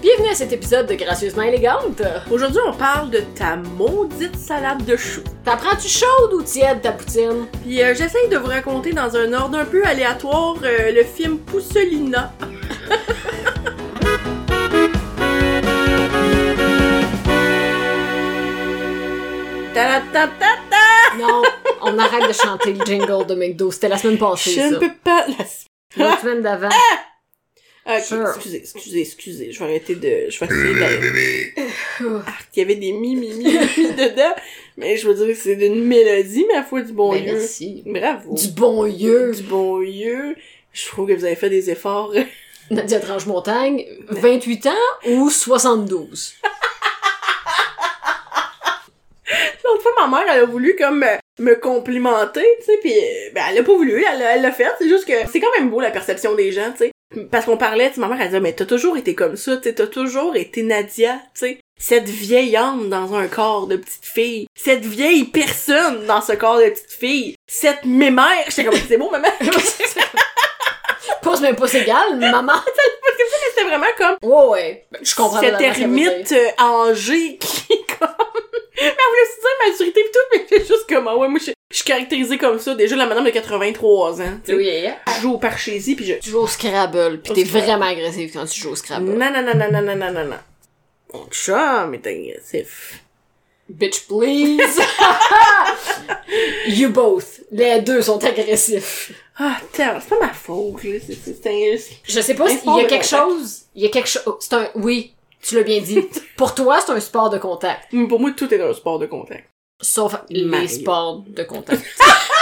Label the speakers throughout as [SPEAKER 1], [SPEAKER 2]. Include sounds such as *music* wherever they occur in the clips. [SPEAKER 1] bienvenue à cet épisode de Gracieusement élégante.
[SPEAKER 2] Aujourd'hui, on parle de ta maudite salade de choux.
[SPEAKER 1] T'apprends-tu chaude ou tiède ta poutine?
[SPEAKER 2] *laughs* Puis euh, j'essaye de vous raconter dans un ordre un peu aléatoire euh, le film Pousselina. *laughs* Ta-da-ta-ta-ta!
[SPEAKER 1] Non, on arrête de chanter le jingle de McDo. C'était la semaine passée,
[SPEAKER 2] Je ne
[SPEAKER 1] Ah, ça.
[SPEAKER 2] peux pas la... Ah,
[SPEAKER 1] La semaine d'avant.
[SPEAKER 2] Ok,
[SPEAKER 1] Sure.
[SPEAKER 2] excusez, excusez, excusez. Je vais arrêter de... Je vais essayer de... Ah, Il y avait des mi, mi, *laughs* mi, mi dedans. Mais je veux dire que c'est d'une mélodie, ma foi, du bon
[SPEAKER 1] Ben,
[SPEAKER 2] lieu.
[SPEAKER 1] merci.
[SPEAKER 2] Bravo.
[SPEAKER 1] Du bon lieu.
[SPEAKER 2] Du bon lieu. Je trouve que vous avez fait des efforts. *laughs*
[SPEAKER 1] Nadia Tranche-Montagne, 28 ans ou
[SPEAKER 2] *laughs*
[SPEAKER 1] 72?
[SPEAKER 2] L'autre fois, ma mère, elle a voulu comme euh, me complimenter, tu sais, puis euh, ben, elle a pas voulu, elle l'a- elle l'a fait. C'est juste que c'est quand même beau la perception des gens, tu sais. Parce qu'on parlait, tu sais, ma mère, elle disait, mais t'as toujours été comme ça, tu sais, t'as toujours été Nadia, tu sais. Cette vieille âme dans un corps de petite fille. Cette vieille personne dans ce corps de petite fille. Cette mémère. J'étais comme, c'est beau, maman. *laughs*
[SPEAKER 1] Pose même pas c'est égal, maman.
[SPEAKER 2] C'était vraiment comme
[SPEAKER 1] Ouais, ouais. Ben, Je comprends
[SPEAKER 2] cette
[SPEAKER 1] vraiment ce qu'elle veut
[SPEAKER 2] ermite euh, à Angers qui *laughs* est comme... mais elle voulait aussi dire maturité pis tout, mais c'est juste comme... ah ouais, moi, je je suis caractérisée comme ça. Déjà, la madame de 83 ans. tu sais.
[SPEAKER 1] Oui.
[SPEAKER 2] Je joue au parchésie pis je...
[SPEAKER 1] Tu joues au Scrabble, pis
[SPEAKER 2] Au
[SPEAKER 1] t'es
[SPEAKER 2] Scrabble.
[SPEAKER 1] vraiment agressive quand tu joues au Scrabble.
[SPEAKER 2] Non, non, non, non, non, non, non, non, non. Mon chum est agressif.
[SPEAKER 1] Bitch, please! *laughs* you both. Les deux sont agressifs.
[SPEAKER 2] Ah, putain, c'est pas ma faute, là. C'est- C'est c'est un... c'est-
[SPEAKER 1] Je sais pas
[SPEAKER 2] Un
[SPEAKER 1] s'il
[SPEAKER 2] sport
[SPEAKER 1] y a
[SPEAKER 2] de
[SPEAKER 1] quelque
[SPEAKER 2] contact.
[SPEAKER 1] chose. Il y a quelque chose. C'est un. Oui, tu l'as bien
[SPEAKER 2] *laughs*
[SPEAKER 1] dit. Pour toi, c'est un sport de contact.
[SPEAKER 2] Mais Pour moi, tout est un sport de contact.
[SPEAKER 1] Sauf les
[SPEAKER 2] Mario.
[SPEAKER 1] sports de contact.
[SPEAKER 2] *laughs*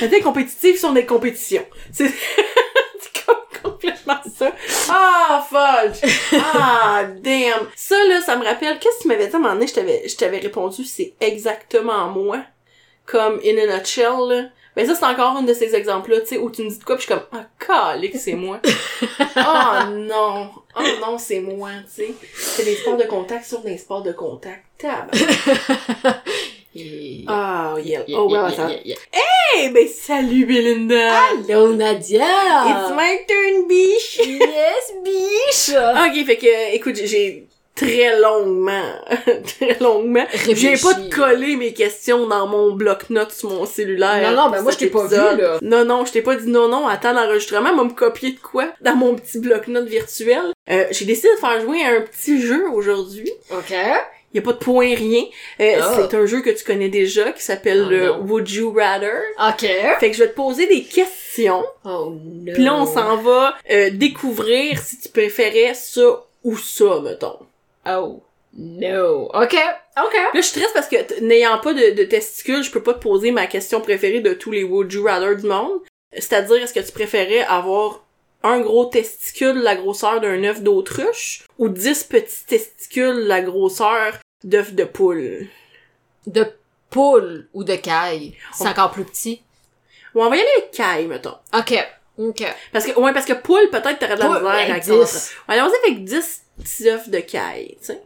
[SPEAKER 2] C'était compétitif sur des compétitions. C'est... *laughs* c'est comme complètement ça. Ah, fudge! Ah, damn! Ça, là, ça me rappelle, qu'est-ce que tu m'avais dit à un moment donné? Je t'avais, je t'avais répondu, c'est exactement moi. Comme in a nutshell, là. Mais ça, c'est encore un de ces exemples-là, tu sais, où tu me dis de quoi, puis je suis comme, ah, calique, c'est moi. *laughs* Ah, non. Ah, non, c'est moi, tu sais. C'est des sports de contact sur des sports de contact. Tabarnak.
[SPEAKER 1] Et-
[SPEAKER 2] Ah, yeah.
[SPEAKER 1] et-
[SPEAKER 2] Oh,
[SPEAKER 1] et-
[SPEAKER 2] well,
[SPEAKER 1] et-
[SPEAKER 2] attends.
[SPEAKER 1] et- et-
[SPEAKER 2] Hey, ben, salut, Belinda!
[SPEAKER 1] Allô, Nadia!
[SPEAKER 2] It's my turn, biche!
[SPEAKER 1] yes, *laughs* biche!
[SPEAKER 2] Ok, fait que, écoute, j'ai- j'ai très longuement, *laughs* très longuement, j'ai
[SPEAKER 1] Réfléchi.
[SPEAKER 2] pas de coller mes questions dans mon bloc-notes sur mon cellulaire.
[SPEAKER 1] Non, non, ben
[SPEAKER 2] pour
[SPEAKER 1] moi,
[SPEAKER 2] cet
[SPEAKER 1] je t'ai pas vu,
[SPEAKER 2] épisode.
[SPEAKER 1] là.
[SPEAKER 2] Non, non, je t'ai pas dit non, non, attends l'enregistrement, m'a me copier de quoi dans mon petit bloc-notes virtuel. Euh, j'ai décidé de faire jouer à un petit jeu aujourd'hui.
[SPEAKER 1] Ok.
[SPEAKER 2] Y a pas de point, rien. Euh,
[SPEAKER 1] Ah.
[SPEAKER 2] C'est un jeu que tu connais déjà qui s'appelle
[SPEAKER 1] Ah,
[SPEAKER 2] le
[SPEAKER 1] non.
[SPEAKER 2] Would You Rather.
[SPEAKER 1] Ok.
[SPEAKER 2] Fait que je vais te poser des questions.
[SPEAKER 1] Oh no.
[SPEAKER 2] Puis là, on s'en va euh, découvrir si tu préférais ça ou ça, mettons.
[SPEAKER 1] Oh no. Ok. Ok.
[SPEAKER 2] Là, je suis triste parce que t- n'ayant pas de, de testicules, je peux pas te poser ma question préférée de tous les Would You Rather du monde. C'est-à-dire, est-ce que tu préférais avoir un gros testicule la grosseur d'un œuf d'autruche ou dix petits testicules la grosseur d'œuf de poule?
[SPEAKER 1] De poule ou de caille. C'est encore plus petit.
[SPEAKER 2] Ou on va y aller avec caille, mettons.
[SPEAKER 1] Ok. Ok.
[SPEAKER 2] Parce que, ouais, parce que poule, peut-être t'aurais de la
[SPEAKER 1] Poule,
[SPEAKER 2] misère
[SPEAKER 1] ben,
[SPEAKER 2] à
[SPEAKER 1] dix.
[SPEAKER 2] comprendre. Ouais, allons-y avec 10 petits œufs de caille, tu sais.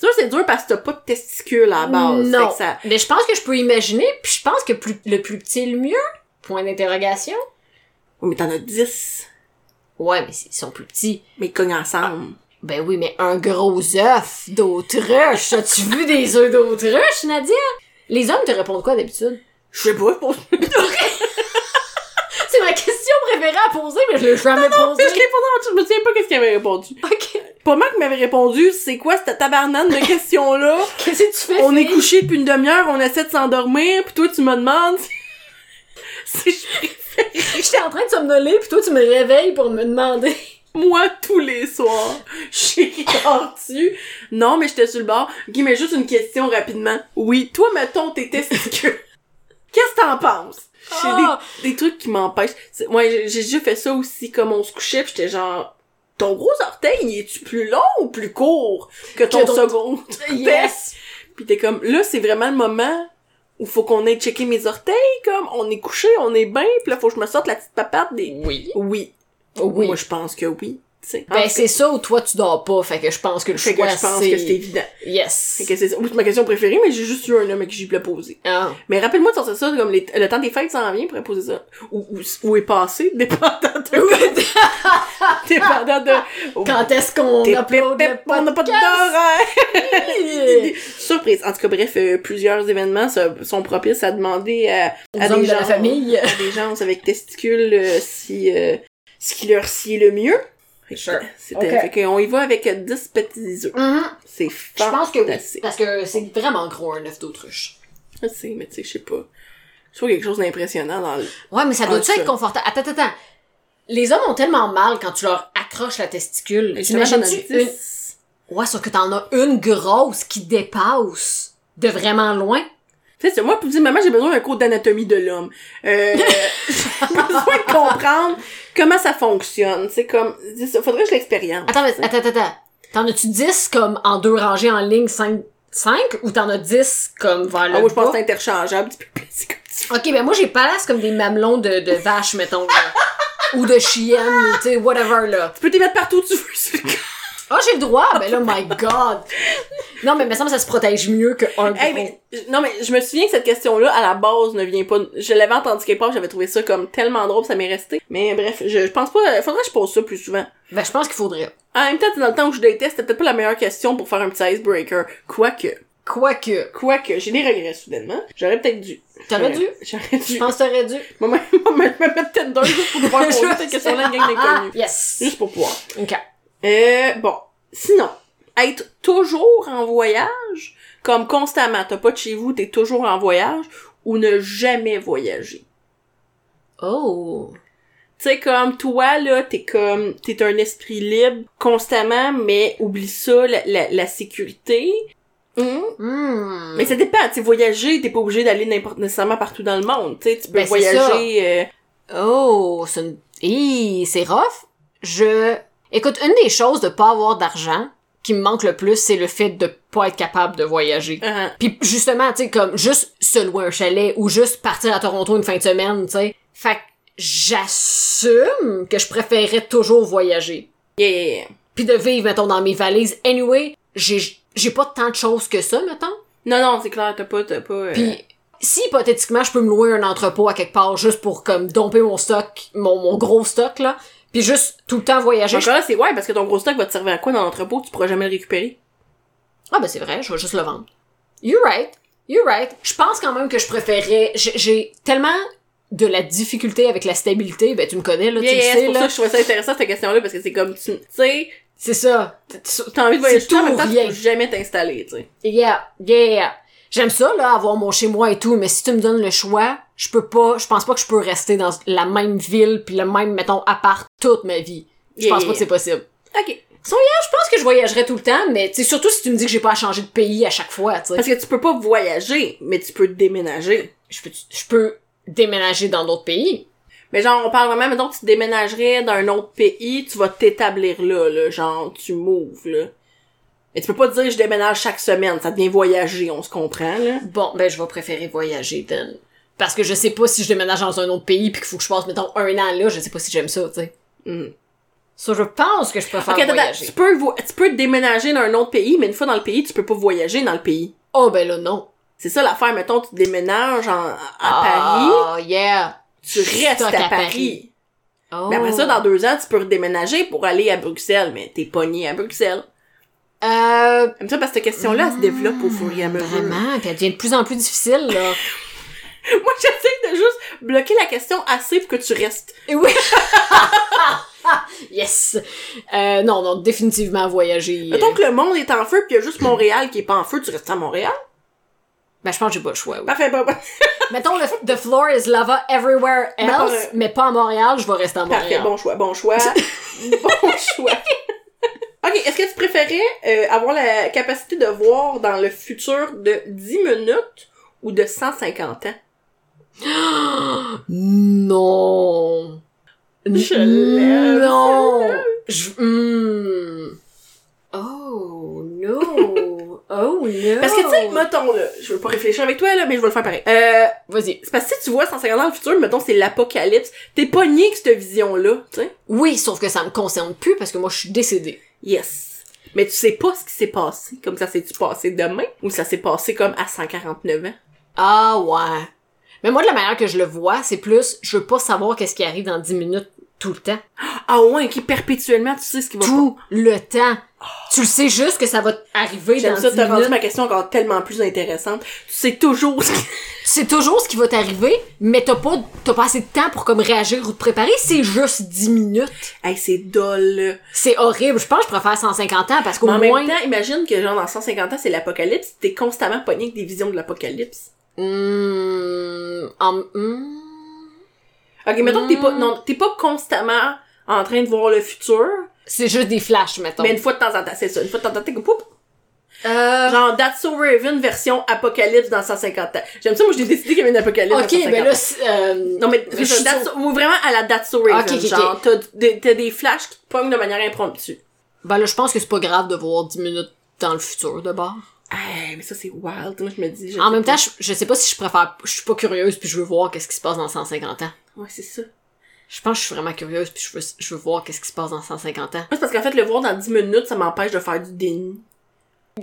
[SPEAKER 2] C'est sûr, c'est dur parce que t'as pas de testicules à la base.
[SPEAKER 1] Non.
[SPEAKER 2] Fait que ça-
[SPEAKER 1] Mais je pense que je peux imaginer, puis je pense que plus, le plus petit est le mieux. Point d'interrogation.
[SPEAKER 2] Oui, mais t'en as 10.
[SPEAKER 1] Ouais, mais ils sont plus petits.
[SPEAKER 2] Mais ils cognent ensemble.
[SPEAKER 1] Ben oui, mais un gros œuf d'autruche. As-tu vu des œufs d'autruche, Nadia? Les hommes te répondent quoi d'habitude?
[SPEAKER 2] Je sais pas, *laughs* je pense
[SPEAKER 1] C'est ma question préférée à poser, mais je l'ai jamais
[SPEAKER 2] Je
[SPEAKER 1] posée.
[SPEAKER 2] l'ai pas dans- je me souviens pas qu'est-ce qu'il avait répondu.
[SPEAKER 1] Ok.
[SPEAKER 2] Pas mal qu'il m'avait répondu, c'est quoi cette tabarnane de *laughs* questions-là?
[SPEAKER 1] Qu'est-ce que tu fais?
[SPEAKER 2] on est
[SPEAKER 1] fille?
[SPEAKER 2] couché depuis une demi-heure, on essaie de s'endormir, pis toi tu me demandes *laughs* si- si je fais
[SPEAKER 1] J'étais en train de somnoler, puis toi, tu me réveilles pour me
[SPEAKER 2] *laughs*
[SPEAKER 1] demander.
[SPEAKER 2] moi tous les soirs. *laughs* J'ai tordu. Non, mais j'étais sur le bord. Ok, mais juste une question rapidement. Oui, toi mettons tes testicules. *laughs* Qu'est-ce que t'en penses? J'ai
[SPEAKER 1] Ah!
[SPEAKER 2] des, des trucs qui m'empêchent. C'est- Moi, j'ai j'ai déjà fait ça aussi, comme on se couchait, pis j'étais genre, ton gros orteil, il est-tu plus long ou plus court que ton
[SPEAKER 1] ton-
[SPEAKER 2] second? *laughs*
[SPEAKER 1] Yes!
[SPEAKER 2] Pis t'es comme, là, c'est vraiment le moment où faut qu'on aille checker mes orteils, comme, on est couché, on est bien, pis là, faut que je me sorte la petite papate des...
[SPEAKER 1] Oui.
[SPEAKER 2] Oui.
[SPEAKER 1] Oui.
[SPEAKER 2] Moi, je pense que oui. tu sais. En
[SPEAKER 1] Ben,
[SPEAKER 2] tout
[SPEAKER 1] c'est ça ou toi, tu dors pas. Fait que je pense que le
[SPEAKER 2] cas, fait que
[SPEAKER 1] choix,
[SPEAKER 2] je pense que c'est
[SPEAKER 1] c'est...
[SPEAKER 2] évident. Fait
[SPEAKER 1] Yes.
[SPEAKER 2] que c'est ça. Oui, c'est ma question préférée, mais j'ai juste eu un homme à qui j'ai voulu la poser.
[SPEAKER 1] Ah.
[SPEAKER 2] Mais rappelle-moi de sortir ça, comme les- le temps des fêtes s'en vient, pourrait poser ça. Ou, ou, ou est passé, *laughs* dépendant de... dépendant de... Oh,
[SPEAKER 1] Quand est-ce qu'on
[SPEAKER 2] t'es
[SPEAKER 1] upload
[SPEAKER 2] pip,
[SPEAKER 1] le
[SPEAKER 2] pip, on n'a pas hein?
[SPEAKER 1] podcast?
[SPEAKER 2] d'horaire! *laughs* Surprise. En tout cas, bref, euh, plusieurs événements se- sont propices à demander à,
[SPEAKER 1] Aux
[SPEAKER 2] à
[SPEAKER 1] hommes
[SPEAKER 2] des
[SPEAKER 1] de la
[SPEAKER 2] gens,
[SPEAKER 1] famille.
[SPEAKER 2] à des gens *laughs* avec testicules, euh, si, euh, ce qui leur sied le mieux. Fait que
[SPEAKER 1] Sure.
[SPEAKER 2] C'était,
[SPEAKER 1] Ok.
[SPEAKER 2] fait qu'on y va avec euh, 10 petits œufs.
[SPEAKER 1] Mhm.
[SPEAKER 2] C'est
[SPEAKER 1] Je pense que oui.
[SPEAKER 2] fantastique.
[SPEAKER 1] Parce que c'est vraiment gros, un œuf d'autruche.
[SPEAKER 2] Je sais, mais tu sais, je sais pas. Je trouve quelque chose d'impressionnant dans le...
[SPEAKER 1] Ouais, mais ça doit-tu
[SPEAKER 2] Ah, ça.
[SPEAKER 1] être confortable? Attends, attends, attends. Les hommes ont tellement mal quand tu leur accroches la testicule. Tu imagines-tu une... Ouais, sauf que t'en as une grosse qui dépasse de vraiment loin.
[SPEAKER 2] Tu sais, moi, pour dire, maman, j'ai besoin d'un cours d'anatomie de l'homme. Euh, *laughs* j'ai besoin de comprendre comment ça fonctionne. C'est comme, c'est ça, faudrait que je l'expérience.
[SPEAKER 1] Attends, mais- attends, attends, attends. T'en as-tu 10 comme en deux rangées en ligne 5, 5 ou t'en as 10 comme vers le
[SPEAKER 2] Ah, moi, je pense
[SPEAKER 1] bas?
[SPEAKER 2] que c'est interchangeable. Tu peux- C'est comme tu
[SPEAKER 1] Ok, ben moi j'ai palace comme des mamelons de, de vache, mettons. là. ou de chienne, ou tu sais, whatever là.
[SPEAKER 2] tu peux t'y mettre partout où tu veux. *laughs* sur le corps.
[SPEAKER 1] Ah, j'ai le droit! Ben là, my god! Non, mais il me semble que ça se protège mieux qu'un gros.
[SPEAKER 2] Hey, Eh, mais, je- non, mais je me souviens que cette question-là, à la base, ne vient pas. Je l'avais entendu quelque part, j'avais trouvé ça comme tellement drôle, ça m'est resté. Mais bref, je, je pense pas. Faudrait que je pose ça plus souvent.
[SPEAKER 1] Ben, je pense qu'il faudrait.
[SPEAKER 2] En même temps, dans le temps où je déteste, c'était peut-être pas la meilleure question pour faire un petit icebreaker. Quoique.
[SPEAKER 1] Quoique,
[SPEAKER 2] Quoique, j'ai des regrets soudainement. J'aurais peut-être dû.
[SPEAKER 1] t'aurais
[SPEAKER 2] Euh,
[SPEAKER 1] dû.
[SPEAKER 2] J'aurais
[SPEAKER 1] Je
[SPEAKER 2] dû.
[SPEAKER 1] pense que t'aurais dû.
[SPEAKER 2] Moi, moi, moi, moi, je me mettre tête d'un juste pour
[SPEAKER 1] *laughs*
[SPEAKER 2] pouvoir poser cette question-là à une gang
[SPEAKER 1] Ah,
[SPEAKER 2] d'inconnus.
[SPEAKER 1] yes!
[SPEAKER 2] Juste pour pouvoir.
[SPEAKER 1] Ok.
[SPEAKER 2] Euh, bon. Sinon, être toujours en voyage, comme constamment, t'as pas de chez vous, t'es toujours en voyage, ou ne jamais voyager.
[SPEAKER 1] Oh!
[SPEAKER 2] Tu sais, comme toi, là, t'es comme, t'es un esprit libre constamment, mais oublie ça, la, la, la sécurité. Hum.
[SPEAKER 1] Hmm.
[SPEAKER 2] Mais ça dépend, tu sais, voyager, t'es pas obligé d'aller n'importe nécessairement partout dans le monde, tu sais, tu peux
[SPEAKER 1] Ben, c'est
[SPEAKER 2] voyager... euh,
[SPEAKER 1] Oh, c'est une... Hi, c'est rough. Je... Écoute, une des choses de pas avoir d'argent qui me manque le plus, c'est le fait de pas être capable de voyager.
[SPEAKER 2] hein.
[SPEAKER 1] Puis justement, tu sais, comme juste se louer un chalet ou juste partir à Toronto une fin de semaine, tu sais. Fait que j'assume que je préférais toujours voyager.
[SPEAKER 2] Yeah, yeah, yeah.
[SPEAKER 1] Puis de vivre, mettons, dans mes valises. Anyway, j'ai j'ai pas tant de choses que ça, mettons.
[SPEAKER 2] Non, non, c'est clair, t'as pas... T'as pas euh,
[SPEAKER 1] Puis si hypothétiquement je peux me louer un entrepôt à quelque part juste pour comme domper mon stock, mon, mon gros stock là, puis juste tout le temps voyager.
[SPEAKER 2] Encore
[SPEAKER 1] je-
[SPEAKER 2] là, c'est ouais, parce que ton gros stock va te servir à quoi dans l'entrepôt? Tu pourras jamais le récupérer.
[SPEAKER 1] Ah ben c'est vrai, je vais juste le vendre. You're right. You're right. Je pense quand même que je préférais j'ai- j'ai tellement de la difficulté avec la stabilité, ben tu me connais là,
[SPEAKER 2] Yeah,
[SPEAKER 1] tu
[SPEAKER 2] yeah,
[SPEAKER 1] le
[SPEAKER 2] c'est
[SPEAKER 1] sais
[SPEAKER 2] pour
[SPEAKER 1] là.
[SPEAKER 2] ça que je trouvais ça intéressant, cette question-là, parce que c'est comme, tu tu sais,
[SPEAKER 1] C'est ça.
[SPEAKER 2] t'as envie de voyager
[SPEAKER 1] C'est
[SPEAKER 2] tout le temps,
[SPEAKER 1] tout
[SPEAKER 2] mais en
[SPEAKER 1] ou
[SPEAKER 2] même temps,
[SPEAKER 1] rien.
[SPEAKER 2] tu peux jamais t'installer, tu sais.
[SPEAKER 1] Yeah, yeah. J'aime ça là avoir mon chez moi et tout, mais si tu me donnes le choix, je peux pas, je pense pas que je peux rester dans la même ville puis le même mettons appart toute ma vie. Je
[SPEAKER 2] Yeah,
[SPEAKER 1] pense
[SPEAKER 2] yeah,
[SPEAKER 1] pas que c'est possible.
[SPEAKER 2] OK.
[SPEAKER 1] je pense que je voyagerais tout le temps, mais tu sais, surtout si tu me dis que j'ai pas à changer de pays à chaque fois, tu sais.
[SPEAKER 2] Parce que tu peux pas voyager, mais tu peux déménager.
[SPEAKER 1] Je peux, je peux déménager dans d'autres pays.
[SPEAKER 2] Mais genre, on parle vraiment, mettons, tu déménagerais dans un autre pays, tu vas t'établir là, là, genre, tu moves, là. Mais tu peux pas dire je déménage chaque semaine, ça devient voyager, on se comprend, là.
[SPEAKER 1] Bon, ben, je vais préférer voyager, Dan. Parce que je sais pas si je déménage dans un autre pays puis qu'il faut que je passe, mettons, un an là, je sais pas si j'aime ça, tu sais.
[SPEAKER 2] Mm.
[SPEAKER 1] Ça, je pense que je préfère
[SPEAKER 2] Ok, attends, attends,
[SPEAKER 1] voyager.
[SPEAKER 2] tu peux, vo- tu peux déménager dans un autre pays, mais une fois dans le pays, tu peux pas voyager dans le pays.
[SPEAKER 1] Oh, ben là, non.
[SPEAKER 2] C'est ça l'affaire, mettons, tu déménages en- à Paris,
[SPEAKER 1] Ah, yeah.
[SPEAKER 2] tu restes à,
[SPEAKER 1] Stock à
[SPEAKER 2] Paris.
[SPEAKER 1] Paris. Oh.
[SPEAKER 2] Mais après ça, dans deux ans, tu peux redéménager pour aller à Bruxelles, mais t'es pogné à Bruxelles.
[SPEAKER 1] Euh,
[SPEAKER 2] Comme ça, parce que cette question-là, elle se développe au fur et à mesure.
[SPEAKER 1] vraiment, puis elle devient de plus en plus difficile, là.
[SPEAKER 2] *laughs* Moi, j'essaie de juste bloquer la question assez pour que tu restes.
[SPEAKER 1] Et oui! *laughs* yes! Euh, non, non, définitivement voyager.
[SPEAKER 2] Mettons que le monde est en feu, puis il y a juste Montréal qui est pas en feu, tu restes à Montréal.
[SPEAKER 1] Ben, je pense que j'ai pas le choix, oui.
[SPEAKER 2] Parfait, bah, bah,
[SPEAKER 1] Mettons, le, the floor is lava everywhere else,
[SPEAKER 2] Ben, euh,
[SPEAKER 1] mais pas à Montréal, je vais rester à
[SPEAKER 2] Ah, parfait,
[SPEAKER 1] Montréal.
[SPEAKER 2] bon choix, bon *laughs* choix. bon choix. Ok, est-ce que tu préférais euh, avoir la capacité de voir dans le futur de 10 minutes ou de 150 ans?
[SPEAKER 1] *gasps* Non!
[SPEAKER 2] Je l'aime,
[SPEAKER 1] l'aime.
[SPEAKER 2] *laughs*
[SPEAKER 1] Non! Je... hmm. Oh, no! Oh là!
[SPEAKER 2] Parce que, tu sais, mettons, là, je veux pas réfléchir avec toi, là, mais je vais le faire pareil. Euh,
[SPEAKER 1] Vas-y.
[SPEAKER 2] c'est parce que si tu vois 150 ans le futur, mettons, c'est l'apocalypse, t'es pas nié avec cette vision-là, tu sais.
[SPEAKER 1] Oui, sauf que ça me concerne plus parce que moi, je suis décédée.
[SPEAKER 2] Yes. Mais tu sais pas ce qui s'est passé. Comme ça s'est-tu passé demain? Ou ça s'est passé comme à 149 ans?
[SPEAKER 1] Ah ouais. Mais moi, de la manière que je le vois, c'est plus, je veux pas savoir qu'est-ce qui arrive dans 10 minutes tout le temps.
[SPEAKER 2] Ah ouais, qui perpétuellement, tu sais ce qui va
[SPEAKER 1] Tout le temps. Tu le sais juste que ça va arriver dans
[SPEAKER 2] J'aime
[SPEAKER 1] 10
[SPEAKER 2] ça, t'as rendu
[SPEAKER 1] minutes.
[SPEAKER 2] ma question encore tellement plus intéressante. Tu sais toujours ce qui... *laughs*
[SPEAKER 1] C'est toujours ce qui va t'arriver, mais t'as pas, t'as pas assez de temps pour comme réagir ou te préparer. C'est juste 10 minutes.
[SPEAKER 2] Hey, c'est dole.
[SPEAKER 1] C'est horrible. Je pense que je préfère 150 ans parce qu'au
[SPEAKER 2] Mais en
[SPEAKER 1] moins...
[SPEAKER 2] même temps, imagine que genre dans 150 ans, c'est l'apocalypse, t'es constamment pogné avec des visions de l'apocalypse.
[SPEAKER 1] Hmm, en- hmm.
[SPEAKER 2] Ok, mettons que t'es pas, non, t'es pas constamment en train de voir le futur,
[SPEAKER 1] C'est juste des flashs, mettons.
[SPEAKER 2] mais une fois de temps en temps, c'est ça, une fois de temps en temps, t'es comme poup!
[SPEAKER 1] Euh,
[SPEAKER 2] Genre, That's So Raven version apocalypse dans 150 ans. J'aime ça, moi, j'ai décidé qu'il y avait une apocalypse
[SPEAKER 1] ok,
[SPEAKER 2] dans 150
[SPEAKER 1] ben là,
[SPEAKER 2] ans.
[SPEAKER 1] c'est, euh,
[SPEAKER 2] Non, mais
[SPEAKER 1] je
[SPEAKER 2] c'est
[SPEAKER 1] suis
[SPEAKER 2] ça, That's
[SPEAKER 1] sûre-
[SPEAKER 2] So- ou vraiment à la That's So Raven.
[SPEAKER 1] Ok, ok, ok.
[SPEAKER 2] genre, t'as des, t'as des flashs qui te pognent de manière impromptue.
[SPEAKER 1] ben là, je pense que c'est pas grave de voir 10 minutes dans le futur, de bord.
[SPEAKER 2] Hey, mais ça, c'est wild. Moi, je me dis. je
[SPEAKER 1] En
[SPEAKER 2] sais
[SPEAKER 1] même
[SPEAKER 2] pas.
[SPEAKER 1] temps, je, je sais pas si je préfère. Je suis pas curieuse puis je veux voir qu'est-ce qui se passe dans 150 ans.
[SPEAKER 2] Ouais, c'est ça. Moi,
[SPEAKER 1] Je pense que je suis vraiment curieuse puis je veux, je veux voir qu'est-ce qui se passe dans 150 ans.
[SPEAKER 2] c'est parce qu'en fait, le voir dans 10 minutes, ça m'empêche de faire du déni.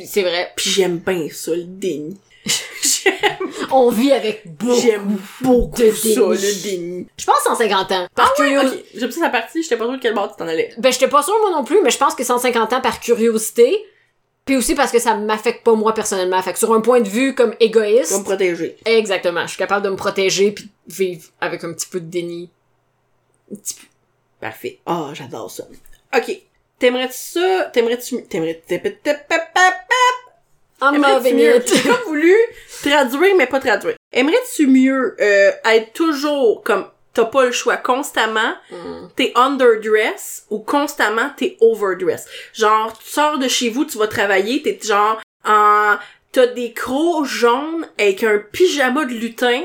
[SPEAKER 1] C'est vrai.
[SPEAKER 2] Puis j'aime bien ça, le *laughs* déni. J'aime
[SPEAKER 1] On vit avec beaucoup.
[SPEAKER 2] j'aime beaucoup
[SPEAKER 1] de
[SPEAKER 2] ça,
[SPEAKER 1] déni.
[SPEAKER 2] le déni. Ah
[SPEAKER 1] Je pense 150 ans. Par
[SPEAKER 2] Ok,
[SPEAKER 1] curiosité.
[SPEAKER 2] j'aime ça sa partie, j'étais pas sûre de quel bord tu t'en allais.
[SPEAKER 1] Ben, j'étais pas sûre moi non plus, mais je pense que 150 ans par curiosité. Puis aussi parce que ça m'affecte pas moi personnellement. Fait que sur un point de vue comme égoïste.
[SPEAKER 2] Tu vas me protéger.
[SPEAKER 1] Exactement. Je suis capable de me protéger puis de vivre avec un petit peu de déni. Un petit peu.
[SPEAKER 2] Parfait. Ah, j'adore ça. Ok. T'aimerais-tu ça? T'aimerais-tu... T'aimerais-tu... T'aimerais-tu
[SPEAKER 1] En mauvais
[SPEAKER 2] mieux?
[SPEAKER 1] minute.
[SPEAKER 2] J'ai pas voulu traduire, mais pas traduire. Aimerais-tu mieux euh, être toujours comme... T'as pas le choix constamment,
[SPEAKER 1] Hmm.
[SPEAKER 2] t'es underdress ou constamment t'es overdress. Genre, tu sors de chez vous, tu vas travailler, t'es genre en... T'as des crocs jaunes avec un pyjama de lutin,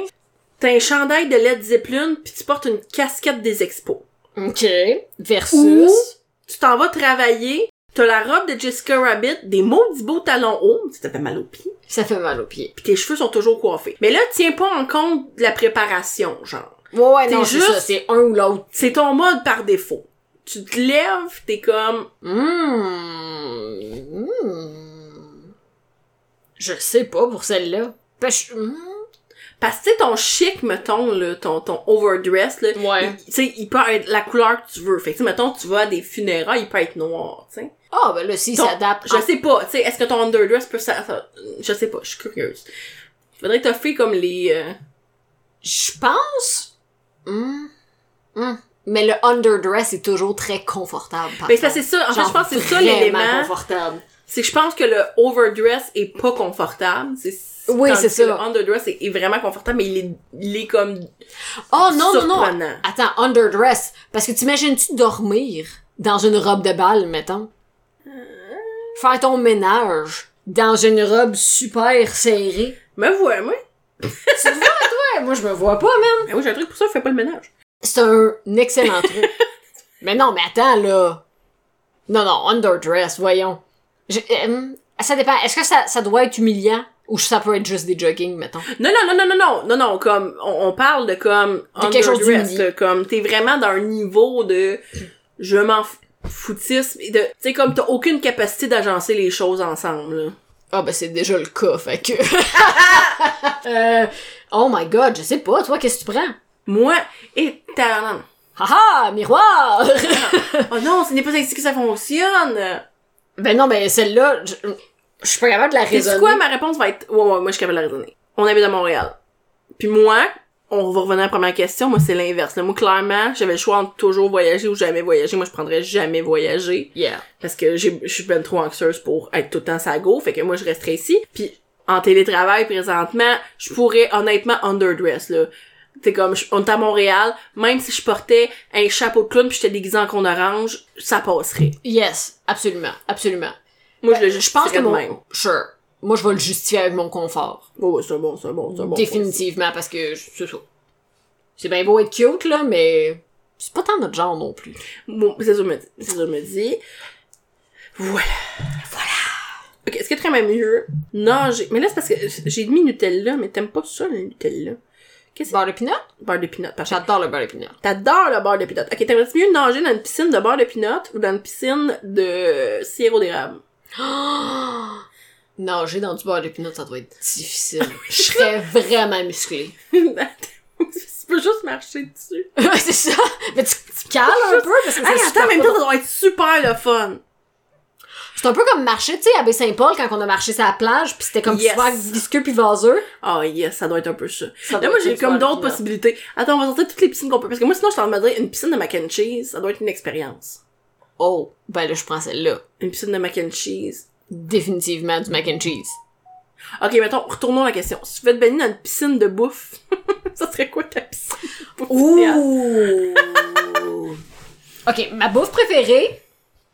[SPEAKER 2] t'as un chandail de Led Zeppelin, puis tu portes une casquette des expos.
[SPEAKER 1] *laughs* Ok. Versus.
[SPEAKER 2] Ou- tu t'en vas travailler, t'as la robe de Jessica Rabbit, des maudits beaux talons hauts, ça te fait mal aux pieds,
[SPEAKER 1] Ça fait mal aux pieds.
[SPEAKER 2] pis tes cheveux sont toujours coiffés. Mais là, tiens pas en compte de la préparation, genre.
[SPEAKER 1] Ouais, ouais, non,
[SPEAKER 2] T'es
[SPEAKER 1] c'est
[SPEAKER 2] juste-
[SPEAKER 1] ça, c'est un ou l'autre.
[SPEAKER 2] C'est ton mode par défaut. Tu te lèves, t'es comme...
[SPEAKER 1] Mmh. Mmh. Je le sais pas pour celle-là. Parce que- mmh.
[SPEAKER 2] Parce que tu sais, ton chic, mettons, là, ton, ton overdress, là,
[SPEAKER 1] Ouais.
[SPEAKER 2] il- tu sais, il peut être la couleur que tu veux. Fait que, tu sais, mettons, tu vas à des funérailles, il peut être noir, tu sais.
[SPEAKER 1] Ah, ben là, s'il
[SPEAKER 2] Ton-
[SPEAKER 1] s'adapte.
[SPEAKER 2] Je sais pas, tu sais, est-ce que ton underdress peut... Ça, ça- je sais pas, je suis curieuse. Faudrait que t'as fait comme les... euh,
[SPEAKER 1] Je pense. Mmh. Mmh. Mais le underdress est toujours très confortable. Par
[SPEAKER 2] Ben, c'est
[SPEAKER 1] contre.
[SPEAKER 2] parce que c'est ça. En fait,
[SPEAKER 1] Genre
[SPEAKER 2] je pense que c'est ça
[SPEAKER 1] vraiment
[SPEAKER 2] l'élément.
[SPEAKER 1] confortable.
[SPEAKER 2] C'est que je pense que le overdress est pas confortable. C'est
[SPEAKER 1] Oui,
[SPEAKER 2] tandis
[SPEAKER 1] c'est
[SPEAKER 2] que
[SPEAKER 1] ça.
[SPEAKER 2] Le underdress est, est vraiment confortable, mais il est, il est comme
[SPEAKER 1] Oh non, non, non.
[SPEAKER 2] surprenant.
[SPEAKER 1] Attends, underdress. Parce que t'imagines-tu dormir dans une robe de bal, mettons? Faire ton ménage dans une robe super serrée.
[SPEAKER 2] Me voilà, hein, moi.
[SPEAKER 1] tu te vois, toi? Moi, je me vois pas, man.
[SPEAKER 2] Ben oui, j'ai un truc pour ça, je fais pas le ménage.
[SPEAKER 1] C'est un excellent truc.
[SPEAKER 2] *laughs*
[SPEAKER 1] mais non, mais attends, là. Non, non, underdress, voyons. Je- hum, ça dépend. Est-ce que ça, ça doit être humiliant ou ça peut être juste des jogging, mettons?
[SPEAKER 2] Non, non, non, non, non, non, non, non, comme, on, on parle de comme,
[SPEAKER 1] De quelque chose
[SPEAKER 2] underdress,
[SPEAKER 1] d'humilié.
[SPEAKER 2] là, comme, t'es vraiment dans un niveau de, je m'en f- foutisme, et de, tu sais, comme, t'as aucune capacité d'agencer les choses ensemble, là.
[SPEAKER 1] Ah, ben c'est déjà le cas, fait que. *laughs* Euh, oh my god, je sais pas, toi, qu'est-ce que tu prends?
[SPEAKER 2] Moi, et talent.
[SPEAKER 1] Haha, miroir! *laughs*
[SPEAKER 2] Oh non, ce n'est pas ainsi que ça fonctionne!
[SPEAKER 1] ben non, ben celle-là, je, je suis pas capable de la
[SPEAKER 2] C'est
[SPEAKER 1] raisonner.
[SPEAKER 2] quoi ma réponse va être ouais ouais moi je suis capable de la raisonner. On habite à Montréal. Puis moi, on va revenir à la première question, moi c'est l'inverse. Là, Moi clairement, j'avais le choix entre toujours voyager ou jamais voyager. Moi je prendrais jamais voyager
[SPEAKER 1] Yeah.
[SPEAKER 2] parce que j'ai- je suis ben trop anxieuse pour être tout le temps sa go, fait que moi je resterais ici. Puis en télétravail présentement, je pourrais honnêtement underdress là. C'est comme je- on est à Montréal, même si je portais un chapeau de clown puis j'étais déguisée en con orange, ça passerait.
[SPEAKER 1] Yes, absolument, absolument.
[SPEAKER 2] Moi je le
[SPEAKER 1] Je pense que
[SPEAKER 2] justifierais de
[SPEAKER 1] mon...
[SPEAKER 2] même.
[SPEAKER 1] Sure. Moi, je vais le justifier avec mon confort.
[SPEAKER 2] Ouais, ouais, c'est bon, c'est bon, c'est bon.
[SPEAKER 1] Définitivement, parce que c'est ça. C'est bien beau être cute, là, mais c'est pas tant notre genre non plus.
[SPEAKER 2] Bon, c'est ça que je me dit. C'est ça que je me dit. Voilà. Voilà. Ok, est-ce que tu aimes mieux nager? Mais là, c'est parce que j'ai mis Nutella, mais t'aimes pas ça, le Nutella. Qu'est-ce que
[SPEAKER 1] Beurre de pinot?
[SPEAKER 2] c'est? Beurre de pinot, par exemple.
[SPEAKER 1] J'adore le beurre de pinot. *gasps*
[SPEAKER 2] T'adores le beurre de pinot. Ok, t'aimerais-tu mieux nager dans une piscine de beurre de pinot ou dans une piscine de sirop d'érable? *laughs*
[SPEAKER 1] Nager dans du beurre de pinot, ça doit être difficile.
[SPEAKER 2] *laughs*
[SPEAKER 1] Je serais vraiment musclée. *laughs*
[SPEAKER 2] tu peux juste marcher dessus.
[SPEAKER 1] Ouais, c'est ça. Mais tu, tu cales un peu parce que
[SPEAKER 2] Hey,
[SPEAKER 1] c'est
[SPEAKER 2] attends,
[SPEAKER 1] super
[SPEAKER 2] en même
[SPEAKER 1] pas
[SPEAKER 2] temps, ça doit être super le fun.
[SPEAKER 1] C'est un peu comme marcher, tu sais, à Baie-Saint-Paul, quand on a marché sur la plage, puis c'était comme
[SPEAKER 2] Yes.
[SPEAKER 1] super visqueux puis vaseux.
[SPEAKER 2] Ah yes, ça doit être un peu ça.
[SPEAKER 1] Ça
[SPEAKER 2] Là,
[SPEAKER 1] doit
[SPEAKER 2] moi,
[SPEAKER 1] être
[SPEAKER 2] j'ai
[SPEAKER 1] super
[SPEAKER 2] comme d'autres
[SPEAKER 1] bizarre.
[SPEAKER 2] possibilités. Attends, on va sortir toutes les piscines qu'on peut. Parce que moi, sinon, je t'en demanderais une piscine de mac and cheese. Ça doit être une expérience.
[SPEAKER 1] Oh, ben là, je prends celle-là.
[SPEAKER 2] Une piscine de mac and cheese.
[SPEAKER 1] Définitivement du mac and cheese.
[SPEAKER 2] Ok, mettons, retournons à la question. Si tu veux te baigner dans une piscine de bouffe, *laughs* ça serait quoi ta piscine? *laughs* idéale?
[SPEAKER 1] Ouh! ok, ma bouffe préférée,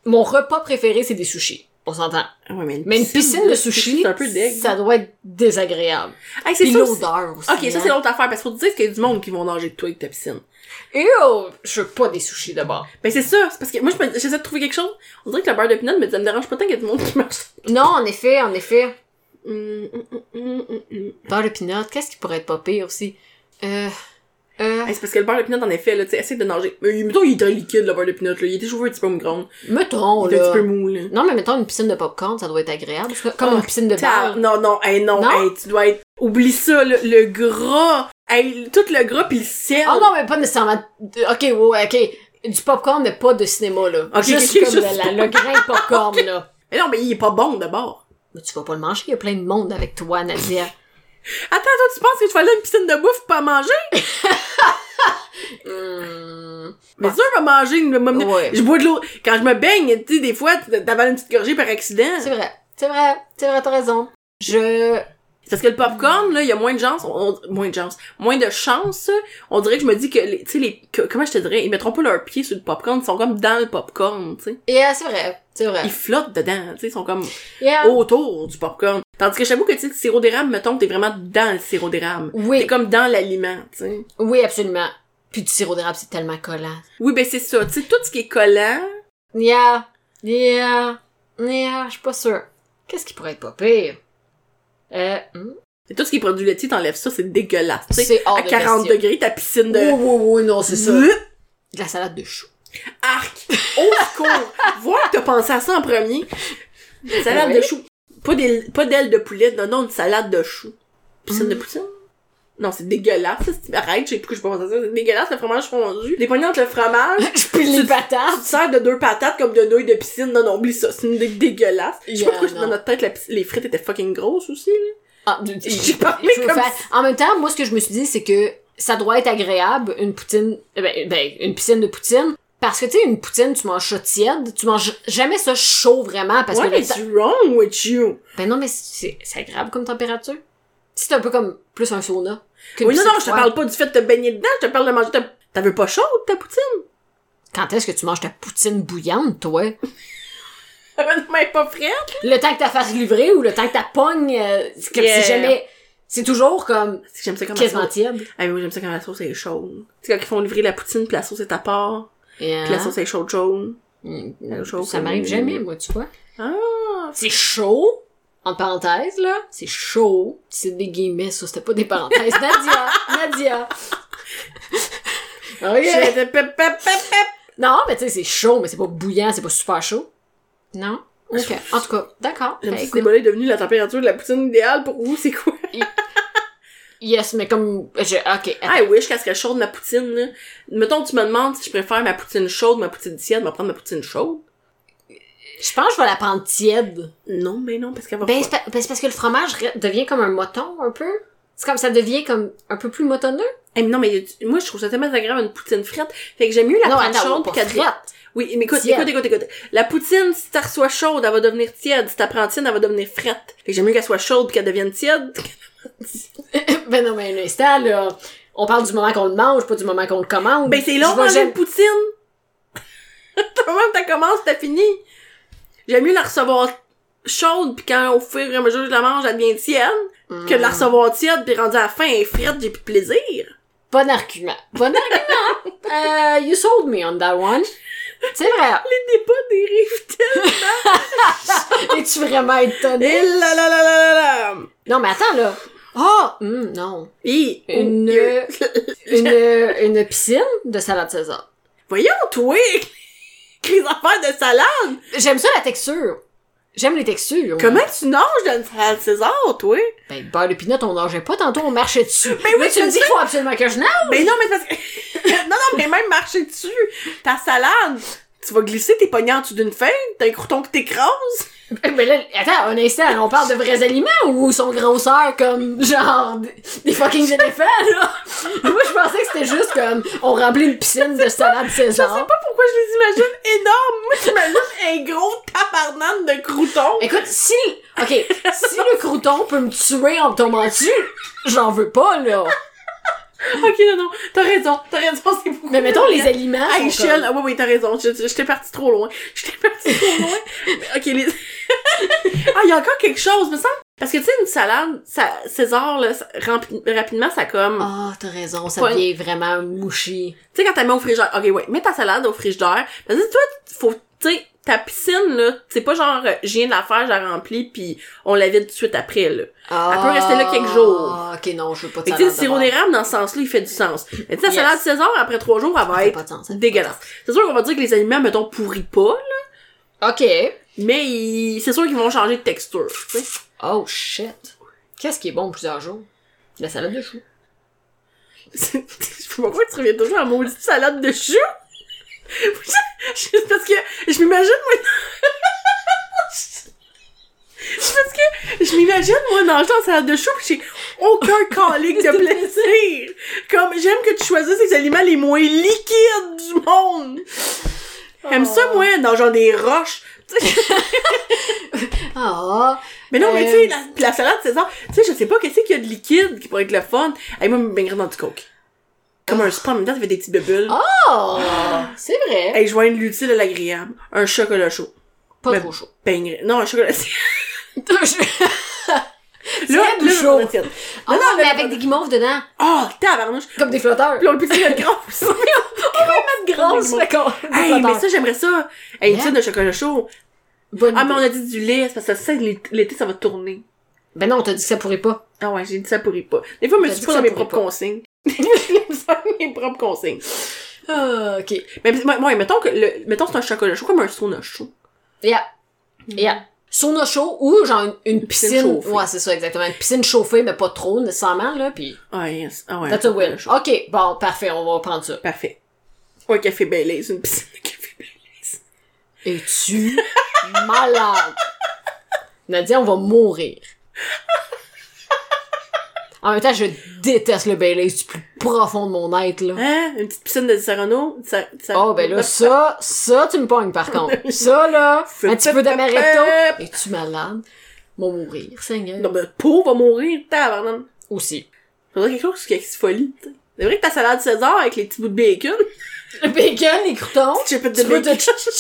[SPEAKER 1] mon repas préféré, c'est des sushis. On s'entend.
[SPEAKER 2] Ah ouais, mais une
[SPEAKER 1] Mais une piscine de sushis,
[SPEAKER 2] C'est un peu deg.
[SPEAKER 1] ça doit être désagréable.
[SPEAKER 2] Hey, c'est
[SPEAKER 1] Puis
[SPEAKER 2] ça aussi.
[SPEAKER 1] l'odeur aussi.
[SPEAKER 2] Ok, ça, c'est
[SPEAKER 1] hein.
[SPEAKER 2] l'autre affaire. Parce qu'il faut te dire qu'il y a du monde qui vont nager de toi avec ta piscine.
[SPEAKER 1] Ew! Je veux pas des sushis de bord.
[SPEAKER 2] Ben, c'est ça. C'est parce que moi, je me- j'essaie de trouver quelque chose. On dirait que le beurre de pinot, mais ça me dérange pas tant qu'il y a du monde qui *laughs* marche.
[SPEAKER 1] Non, en effet, en effet.
[SPEAKER 2] Hum, hum, hum, hum, hum, hum.
[SPEAKER 1] Beurre de pinot, qu'est-ce qui pourrait être pas pire aussi? Euh... Euh...
[SPEAKER 2] Hey, c'est parce que le beurre de pinot, en effet, là, tu sais, essaie de nager. Mais mettons, il est très liquide, le beurre de pinot, là. Il était chauffé un petit peu au micro-ondes.
[SPEAKER 1] Mettons,
[SPEAKER 2] Il était un
[SPEAKER 1] Oh, là...
[SPEAKER 2] petit peu mou, là.
[SPEAKER 1] Non, mais mettons une piscine de popcorn, ça doit être agréable. C'est Comme
[SPEAKER 2] Oh,
[SPEAKER 1] une piscine de
[SPEAKER 2] Ta-
[SPEAKER 1] balle.
[SPEAKER 2] Non, non, hey, non,
[SPEAKER 1] Non?
[SPEAKER 2] hey, tu dois être. Oublie ça, le, le gras. Hey, tout le gras pis le ciel.
[SPEAKER 1] Oh non, mais pas nécessairement... Ok, ouais, ok. Du popcorn, mais pas de cinéma, là.
[SPEAKER 2] Ok,
[SPEAKER 1] juste
[SPEAKER 2] ok,
[SPEAKER 1] comme
[SPEAKER 2] juste
[SPEAKER 1] la- la- le grain de popcorn,
[SPEAKER 2] *laughs*
[SPEAKER 1] là.
[SPEAKER 2] Mais non, mais il est pas bon d'abord.
[SPEAKER 1] Mais tu vas pas le manger, il y a plein de monde avec toi, Nadia.
[SPEAKER 2] Attends, toi, tu penses que tu vas aller à une piscine de bouffe pis pas manger?
[SPEAKER 1] Hmm.
[SPEAKER 2] Mais sûr, pas manger, une- une- une-
[SPEAKER 1] Ouais.
[SPEAKER 2] Je bois de l'eau. Quand je me baigne, tu sais, des fois, tu- t'avales une petite gorgée par accident.
[SPEAKER 1] C'est vrai, c'est vrai, c'est vrai, t'as raison. Je...
[SPEAKER 2] C'est Parce que le popcorn, là, il y a moins de chance, on- on- moins de chance, moins de chance. On dirait que je me dis que, les- tu sais, les, que- comment je te dirais, ils mettront pas leurs pieds sur le popcorn, ils sont comme dans le popcorn, tu sais.
[SPEAKER 1] Et yeah, c'est vrai, c'est vrai.
[SPEAKER 2] Ils flottent dedans, tu sais, ils sont comme
[SPEAKER 1] Yeah.
[SPEAKER 2] Oh, autour du popcorn. Tandis que j'avoue que, tu sais, le sirop d'érable, mettons, t'es vraiment dans le sirop d'érable. T'es
[SPEAKER 1] Oui,
[SPEAKER 2] comme dans l'aliment, tu sais.
[SPEAKER 1] oui, absolument. Puis du sirop d'érable, c'est tellement collant.
[SPEAKER 2] Oui, ben c'est ça, tu sais, tout ce qui est collant.
[SPEAKER 1] Yeah, yeah, yeah, je suis pas sûre. Qu'est-ce qui pourrait être pas pire? Euh, hmm?
[SPEAKER 2] Et tout ce qui est produit laitier, t'enlèves ça, c'est dégueulasse. tu sais.
[SPEAKER 1] c'est hors
[SPEAKER 2] à
[SPEAKER 1] de
[SPEAKER 2] 40
[SPEAKER 1] question.
[SPEAKER 2] degrés, ta piscine de... Mmh.
[SPEAKER 1] Oui, oui, oui, non, c'est ça.
[SPEAKER 2] Bleu,
[SPEAKER 1] De la salade de chou.
[SPEAKER 2] Arc! Au
[SPEAKER 1] *laughs*
[SPEAKER 2] secours! Vois que t'as pensé à ça en premier. Une salade
[SPEAKER 1] Ben Oui.
[SPEAKER 2] de choux. Pas d'ailes pas d'ailes de poulet, non, non, une salade de choux. Piscine de
[SPEAKER 1] Mm.
[SPEAKER 2] poutine? Non, c'est dégueulasse. ça, c'est- Arrête, je sais plus que je pense à ça. C'est dégueulasse, le fromage fondu. Des poignons entre le *laughs* fromage.
[SPEAKER 1] Je pile les
[SPEAKER 2] Tu
[SPEAKER 1] patates.
[SPEAKER 2] te sers de deux patates comme de nouilles de piscine. Non, non, oublie ça. C'est une dé- dégueulasse. Je sais
[SPEAKER 1] Yeah,
[SPEAKER 2] pas pourquoi
[SPEAKER 1] non.
[SPEAKER 2] dans notre tête, la piscine- les frites étaient fucking grosses aussi, là.
[SPEAKER 1] Ah, du- du-
[SPEAKER 2] J'ai parlé
[SPEAKER 1] je veux
[SPEAKER 2] comme
[SPEAKER 1] faire- En même temps, moi, ce que je me suis dit, c'est que ça doit être agréable, une poutine, eh ben, ben, une piscine de poutine. Parce que, tu sais, une poutine, tu manges ça tiède, tu manges jamais ça chaud vraiment, parce
[SPEAKER 2] What
[SPEAKER 1] que... le
[SPEAKER 2] is
[SPEAKER 1] temps-
[SPEAKER 2] wrong with you?
[SPEAKER 1] Ben non, mais c'est c'est agréable comme température. C'est un peu comme plus un sauna. qu'une
[SPEAKER 2] Oui, non,
[SPEAKER 1] piscine
[SPEAKER 2] non, je te
[SPEAKER 1] froide.
[SPEAKER 2] parle pas du fait de te baigner dedans. Je te parle de manger ta... T'en veux pas chaude, ta poutine? *laughs*
[SPEAKER 1] Quand est-ce que tu manges ta poutine bouillante, toi?
[SPEAKER 2] Mais pas frère.
[SPEAKER 1] Le temps que t'as fasses livrer ou le temps que t'as pognes, euh, c'est comme
[SPEAKER 2] Yeah.
[SPEAKER 1] si jamais... C'est toujours comme
[SPEAKER 2] Parce que J'aime ça comme
[SPEAKER 1] quasiment tiède.
[SPEAKER 2] Ah oui, j'aime ça quand la sauce est chaude. Tu sais, quand ils font livrer la poutine, puis la sauce est à part, puis la
[SPEAKER 1] Yeah.
[SPEAKER 2] sauce est chaude jaune.
[SPEAKER 1] Mm,
[SPEAKER 2] La chose
[SPEAKER 1] Ça
[SPEAKER 2] Euh, que-
[SPEAKER 1] m'arrive jamais, moi, tu vois.
[SPEAKER 2] Ah!
[SPEAKER 1] C'est chaud, en parenthèse, là. C'est chaud. C'est des guillemets, ça, c'était pas des
[SPEAKER 2] *laughs*
[SPEAKER 1] parenthèses. Nadia! Nadia!
[SPEAKER 2] Je- Ah,
[SPEAKER 1] Ok.
[SPEAKER 2] pep, pep, pep, pep.
[SPEAKER 1] Non, mais tu sais, c'est chaud, mais c'est pas bouillant, c'est pas super chaud. Non? Ok. En tout cas, d'accord.
[SPEAKER 2] J'aime
[SPEAKER 1] Ben,
[SPEAKER 2] ça, ce
[SPEAKER 1] écoute.
[SPEAKER 2] débat est devenu la température de la poutine idéale pour vous, c'est quoi?
[SPEAKER 1] Yes, mais comme... je- Ok, attends.
[SPEAKER 2] Ah, oui, wish qu'elle serait chaude, ma poutine, là. Mettons, tu me demandes si je préfère ma poutine chaude, ma poutine tiède, mais prendre ma poutine chaude.
[SPEAKER 1] Je pense que je vais la prendre tiède.
[SPEAKER 2] Non, mais non, parce qu'elle va
[SPEAKER 1] Ben,
[SPEAKER 2] pas.
[SPEAKER 1] c'est pa- ben, c'est parce que le fromage re- devient comme un moton, un peu. C'est comme ça devient comme un peu plus motonneux.
[SPEAKER 2] Eh, mais non, mais y a- moi, je trouve ça tellement agréable une poutine frite. Fait que j'aime mieux la
[SPEAKER 1] non,
[SPEAKER 2] prendre
[SPEAKER 1] attends,
[SPEAKER 2] chaude,
[SPEAKER 1] pas
[SPEAKER 2] puis qu'elle
[SPEAKER 1] frite.
[SPEAKER 2] Oui, mais écoute,
[SPEAKER 1] Tiède.
[SPEAKER 2] écoute, écoute, écoute. La poutine, si t'as reçois chaude, elle va devenir tiède. Si t'as prends tiède, elle va devenir frette. Fait que j'aime mieux qu'elle soit chaude pis qu'elle devienne tiède.
[SPEAKER 1] Ben non, mais un instant, là. On parle du moment qu'on le mange, pas du moment qu'on le commande.
[SPEAKER 2] Ben c'est
[SPEAKER 1] Je
[SPEAKER 2] long
[SPEAKER 1] vois
[SPEAKER 2] manger
[SPEAKER 1] jamais-
[SPEAKER 2] une poutine! *laughs* T'as moment que t'as commencé, t'as fini! J'aime mieux la recevoir chaude pis quand au fur et à mesure que je la mange, elle devient tiède, que de la
[SPEAKER 1] Hmm.
[SPEAKER 2] recevoir tiède pis rendue à la fin, elle est frite, j'ai plus de plaisir! *laughs*
[SPEAKER 1] Bon argument. Bon argument. Euh, you sold me on that one. C'est vrai.
[SPEAKER 2] Les débats dérivent
[SPEAKER 1] Es-tu vraiment étonnée?
[SPEAKER 2] Et là là là là là là!
[SPEAKER 1] Non, mais attends, là. Ah! hum,
[SPEAKER 2] Oh
[SPEAKER 1] non.
[SPEAKER 2] Hi!
[SPEAKER 1] Une,
[SPEAKER 2] Hi.
[SPEAKER 1] une, *laughs* une piscine de salade César.
[SPEAKER 2] Voyons, toi! *laughs* que Les affaires de salade!
[SPEAKER 1] J'aime ça, la texture. J'aime les textures.
[SPEAKER 2] Comment tu nages dans une salade César, toi?
[SPEAKER 1] Ben, beurre de pinot, on nageait pas tantôt, on marchait dessus.
[SPEAKER 2] Mais Ben oui,
[SPEAKER 1] Là, tu
[SPEAKER 2] c'est
[SPEAKER 1] me dis
[SPEAKER 2] ça.
[SPEAKER 1] qu'il faut absolument que je nage.
[SPEAKER 2] Mais Ben non, mais c'est parce que... *laughs* non, non, mais même marcher dessus, ta salade, tu vas glisser tes pognons en dessous d'une feuille, t'as un crouton qui t'écrase.
[SPEAKER 1] *laughs* Mais là, attends, un instant, on parle de vrais aliments ou sont grosseurs comme, genre, des- des fucking éléphants, là? *laughs* Moi, je pensais que c'était juste comme, on remplit une piscine de salade
[SPEAKER 2] Je sais
[SPEAKER 1] César.
[SPEAKER 2] pas pourquoi je les imagine énormes. Moi, j'imagine un gros tabarnane de croutons.
[SPEAKER 1] Écoute, si, ok, si le crouton peut me tuer en me tombant dessus, j'en veux pas, là.
[SPEAKER 2] Ok, non, non, t'as raison, t'as raison, c'est beaucoup.
[SPEAKER 1] Mais mettons, les aliments
[SPEAKER 2] Ah,
[SPEAKER 1] sont
[SPEAKER 2] échelle,
[SPEAKER 1] comme...
[SPEAKER 2] ah oui, oui, t'as raison, je- je- j'étais partie trop loin. J'étais partie trop
[SPEAKER 1] *laughs*
[SPEAKER 2] loin. Mais, ok, les... *laughs* ah, il y a encore quelque chose, me semble. Parce que, tu sais, une salade, ça, César, là, ça- rampi- rapidement, ça comme...
[SPEAKER 1] Ah, t'as raison, ça
[SPEAKER 2] Pas-
[SPEAKER 1] devient vraiment mouchi.
[SPEAKER 2] Tu sais, quand t'as mis au frigidaire, ok, ouais, mets ta salade au frigidaire. Parce que toi, faut, tu sais, ta piscine, là, c'est pas genre, euh, je viens de la faire, je la remplis, puis on la vide tout de suite après, là.
[SPEAKER 1] Ah,
[SPEAKER 2] peut rester là quelques jours.
[SPEAKER 1] Ah, ok, non, je veux pas de
[SPEAKER 2] Fait que, tu sais,
[SPEAKER 1] salade
[SPEAKER 2] le
[SPEAKER 1] de
[SPEAKER 2] sirop
[SPEAKER 1] bord.
[SPEAKER 2] d'érable, dans ce sens-là, il fait du sens. Mais tu sais, la
[SPEAKER 1] Yes.
[SPEAKER 2] salade César, après trois jours, elle
[SPEAKER 1] Ça
[SPEAKER 2] va
[SPEAKER 1] fait
[SPEAKER 2] être
[SPEAKER 1] pas de sens. hein. ça fait
[SPEAKER 2] dégueulasse. C'est sûr qu'on va dire que les aliments, mettons, pourrit pas, là,
[SPEAKER 1] pas de sens. Ok.
[SPEAKER 2] mais ils- c'est sûr qu'ils vont changer de texture, tu sais. *laughs*
[SPEAKER 1] Oh, shit. Qu'est-ce qui est bon plusieurs jours? La salade de choux.
[SPEAKER 2] C'est- je sais pas pourquoi tu reviens toujours à la maudite salade de *laughs* choux. Je- je- parce que je m'imagine, moi... *laughs* C'est parce que je m'imagine, moi, nager en salade de choux pis j'ai aucun calique de plaisir. Comme, j'aime que tu choisisses les aliments les moins liquides du monde. J'aime ça, moi, dans genre des roches. Tu sais,
[SPEAKER 1] Ah,
[SPEAKER 2] Mais non, mais
[SPEAKER 1] Euh.
[SPEAKER 2] tu sais, la, la salade César, tu sais, je sais pas, qu'est-ce qu'il y a de liquide qui pourrait être le fun. Hey, moi, je me baignerais dans du coke. Comme un spa, en même temps, ça fait des petites bulles.
[SPEAKER 1] oh, c'est vrai.
[SPEAKER 2] Ah. Hey, joindre l'utile à l'agréable. Un chocolat chaud.
[SPEAKER 1] Pas
[SPEAKER 2] mais- Ah
[SPEAKER 1] trop
[SPEAKER 2] *laughs*
[SPEAKER 1] chaud.
[SPEAKER 2] Baignerais. Non, un chocolat. *laughs* C'est
[SPEAKER 1] là,
[SPEAKER 2] là,
[SPEAKER 1] du
[SPEAKER 2] là,
[SPEAKER 1] chaud.
[SPEAKER 2] là, tiens.
[SPEAKER 1] Ah non, mais
[SPEAKER 2] là,
[SPEAKER 1] avec des guimauves dedans.
[SPEAKER 2] Oh, tabarnouche.
[SPEAKER 1] Comme des flotteurs.
[SPEAKER 2] Puis on le pique notre grosse.
[SPEAKER 1] *laughs* Pas de grosses,
[SPEAKER 2] des
[SPEAKER 1] fait qu'on...
[SPEAKER 2] hey,
[SPEAKER 1] des
[SPEAKER 2] mais
[SPEAKER 1] flotteurs.
[SPEAKER 2] ça, j'aimerais ça. Hey, une
[SPEAKER 1] Yeah.
[SPEAKER 2] tune de chocolat chaud.
[SPEAKER 1] Bonne
[SPEAKER 2] Ah, mais on
[SPEAKER 1] idée.
[SPEAKER 2] a dit du lait, c'est parce que ça, l'été, ça va tourner.
[SPEAKER 1] Ben non, on t'a dit que ça pourrait pas.
[SPEAKER 2] Ah ouais, j'ai dit ça pourrit pas. Des fois, je me
[SPEAKER 1] T'as
[SPEAKER 2] suis
[SPEAKER 1] dit
[SPEAKER 2] pas
[SPEAKER 1] que ça
[SPEAKER 2] dans mes
[SPEAKER 1] pourrit
[SPEAKER 2] propres
[SPEAKER 1] pas.
[SPEAKER 2] consignes. *laughs* Je me suis pas dans mes propres consignes.
[SPEAKER 1] Ah, ok.
[SPEAKER 2] Mais ouais, ouais, mettons que le, mettons c'est un chocolat chaud comme un sauna chaud.
[SPEAKER 1] Yeah. Yeah. Sauna chaud ou genre une, une
[SPEAKER 2] Hmm. piscine
[SPEAKER 1] piscine.
[SPEAKER 2] chauffée.
[SPEAKER 1] ouais, c'est ça, exactement. Une piscine chauffée, mais pas trop nécessairement, là, pis...
[SPEAKER 2] Ah yes, ah ouais.
[SPEAKER 1] That's
[SPEAKER 2] un
[SPEAKER 1] a
[SPEAKER 2] chocolat
[SPEAKER 1] win.
[SPEAKER 2] chaud.
[SPEAKER 1] Ok, bon, parfait, on va prendre ça.
[SPEAKER 2] Parfait. Ou un café Baileys, une piscine de café Baileys.
[SPEAKER 1] Es-tu malade? Nadia, on va mourir. En même temps, je déteste le Baileys du plus profond de mon être, là.
[SPEAKER 2] Hein? Une petite piscine de Serrano? Ça, ça...
[SPEAKER 1] Oh, ben là, ça, ça, tu me pognes, par contre. Ça, là, un petit peu d'amaretto. Es-tu malade? M'en mourir,
[SPEAKER 2] Non,
[SPEAKER 1] Seigneur.
[SPEAKER 2] mais peau va mourir, tabarnan.
[SPEAKER 1] Aussi.
[SPEAKER 2] Faudrait quelque chose qui exfolie, tu sais. C'est vrai que ta salade César avec les petits bouts de bacon. *laughs*
[SPEAKER 1] Le bacon, les croutons.
[SPEAKER 2] J'ai pas de
[SPEAKER 1] Tu veux
[SPEAKER 2] bacon.
[SPEAKER 1] te...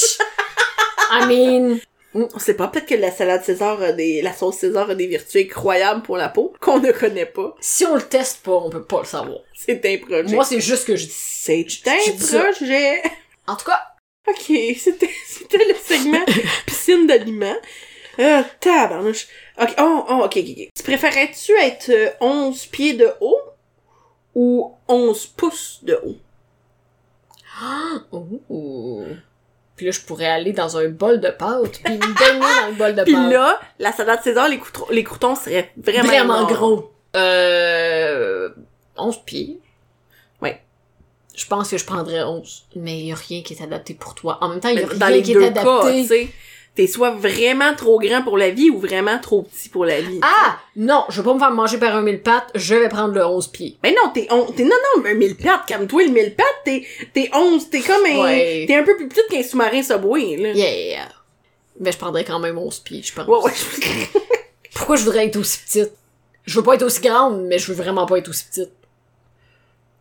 [SPEAKER 1] I mean...
[SPEAKER 2] On sait pas, peut-être que la salade César a des, la sauce César a des vertus incroyables pour la peau qu'on ne connaît pas.
[SPEAKER 1] Si on le teste pas, on peut pas le savoir.
[SPEAKER 2] C'est un projet.
[SPEAKER 1] Moi, c'est juste que je dis.
[SPEAKER 2] c'est
[SPEAKER 1] je
[SPEAKER 2] un
[SPEAKER 1] dis ça.
[SPEAKER 2] projet.
[SPEAKER 1] En tout cas,
[SPEAKER 2] Ok, c'était, *laughs* c'était le *laughs* segment piscine d'aliments. Euh, tabarnouche. Ok, oh, oh, ok, ok, ok. Tu préférais-tu être euh, 11 pieds de haut ou 11 pouces de haut?
[SPEAKER 1] Ouh. Puis là, je pourrais aller dans un bol de pâtes, puis me baigner dans le
[SPEAKER 2] *laughs*
[SPEAKER 1] bol de
[SPEAKER 2] Pis
[SPEAKER 1] pâtes.
[SPEAKER 2] là, la salade César, les, croutons- les croutons seraient vraiment,
[SPEAKER 1] vraiment
[SPEAKER 2] énormes.
[SPEAKER 1] gros. Euh... 11 pieds.
[SPEAKER 2] Ouais.
[SPEAKER 1] Je pense que je prendrais 11. Mais il y a rien qui est adapté pour toi. En même temps, il y a
[SPEAKER 2] Mais Dans
[SPEAKER 1] rien
[SPEAKER 2] les
[SPEAKER 1] qui est
[SPEAKER 2] deux cas,
[SPEAKER 1] adapté.
[SPEAKER 2] tu sais, t'es soit vraiment trop grand pour la vie ou vraiment trop petit pour la vie.
[SPEAKER 1] ah! Non, je vais pas me faire manger par un mille pattes, je vais prendre le 11 pieds.
[SPEAKER 2] Mais non, t'es on, t'es non non, mais mille pattes, comme toi le mille pattes, t'es t'es 11, t'es comme un
[SPEAKER 1] Ouais.
[SPEAKER 2] t'es un peu plus petite qu'un sous-marin Subway là.
[SPEAKER 1] Yeah! Mais je prendrais quand même 11 pieds, je pense.
[SPEAKER 2] Ouais ouais.
[SPEAKER 1] Pourquoi je voudrais être aussi petite? Je veux pas être aussi grande, mais je veux vraiment pas être aussi petite.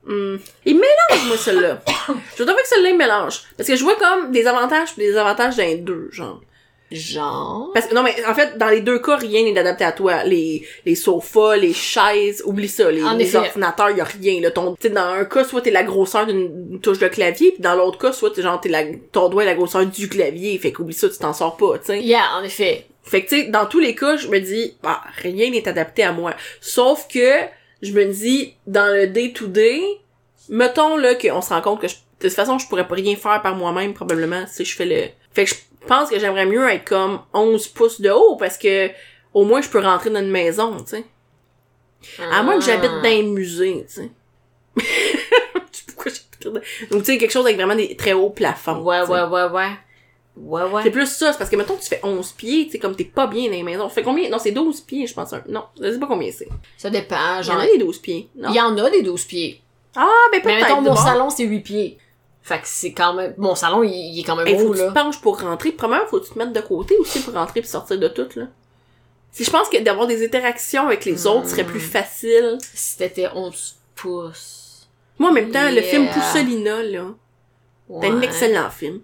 [SPEAKER 2] Hum. Il mélange,
[SPEAKER 1] *coughs*
[SPEAKER 2] moi, celle-là. Je trouve que celle-là, il mélange. Parce que je vois comme des avantages pis des avantages d'un deux, genre.
[SPEAKER 1] Genre.
[SPEAKER 2] Parce que, non, mais en fait, dans les deux cas, rien n'est adapté à toi. Les, les sofas, les chaises, oublie ça. Les,
[SPEAKER 1] En
[SPEAKER 2] les
[SPEAKER 1] effet.
[SPEAKER 2] ordinateurs, y a rien, là. Ton, tu sais, dans un cas, soit t'es la grosseur d'une d'une touche de clavier, puis dans l'autre cas, soit t'es genre, t'es la, ton doigt est la grosseur du clavier. Fait qu'oublie ça, tu t'en sors pas, tu sais.
[SPEAKER 1] Yeah, en effet.
[SPEAKER 2] Fait que, tu sais, dans tous les cas, je me dis, bah, rien n'est adapté à moi. Sauf que, je me dis, dans le day-to-day, mettons, là, qu'on se rend compte que, je- de toute façon, je pourrais pas rien faire par moi-même, probablement, si je fais le... Fait que je pense que j'aimerais mieux être comme 11 pouces de haut, parce que, au moins, je peux rentrer dans une maison, tu sais. À moins que j'habite
[SPEAKER 1] Ah.
[SPEAKER 2] dans un musée, tu sais. *laughs* Je sais pas pourquoi j'habiterais dans- Donc, tu sais, quelque chose avec vraiment des très hauts plafonds.
[SPEAKER 1] Ouais,
[SPEAKER 2] tu sais.
[SPEAKER 1] ouais, ouais, ouais. Ouais,
[SPEAKER 2] C'est
[SPEAKER 1] ouais.
[SPEAKER 2] plus ça, c'est parce que mettons tu fais 11 pieds, tu sais, comme t'es pas bien dans les maisons. Fait combien? Non, c'est 12 pieds, je pense. un- Non, je sais pas combien c'est.
[SPEAKER 1] Ça dépend,
[SPEAKER 2] J'en
[SPEAKER 1] Ah, genre.
[SPEAKER 2] ai des 12 pieds. Non.
[SPEAKER 1] Il y en a des 12 pieds.
[SPEAKER 2] Ah, ben
[SPEAKER 1] Mais
[SPEAKER 2] peut-être.
[SPEAKER 1] mettons,
[SPEAKER 2] de
[SPEAKER 1] mon
[SPEAKER 2] bord.
[SPEAKER 1] salon, c'est 8 pieds. Fait que c'est quand même... Mon salon, il, il est quand même
[SPEAKER 2] Hey, faut
[SPEAKER 1] beau,
[SPEAKER 2] que tu
[SPEAKER 1] là.
[SPEAKER 2] te penches pour rentrer. Premièrement, faut que tu te mettes de côté aussi pour rentrer puis sortir de tout, là. Si je pense que d'avoir des interactions avec les autres serait
[SPEAKER 1] Hmm.
[SPEAKER 2] plus facile.
[SPEAKER 1] Si t'étais 11 pouces...
[SPEAKER 2] Moi, en même temps, le
[SPEAKER 1] Yeah.
[SPEAKER 2] film Poussolina, là, c'est un
[SPEAKER 1] ouais. *laughs*
[SPEAKER 2] excellent film.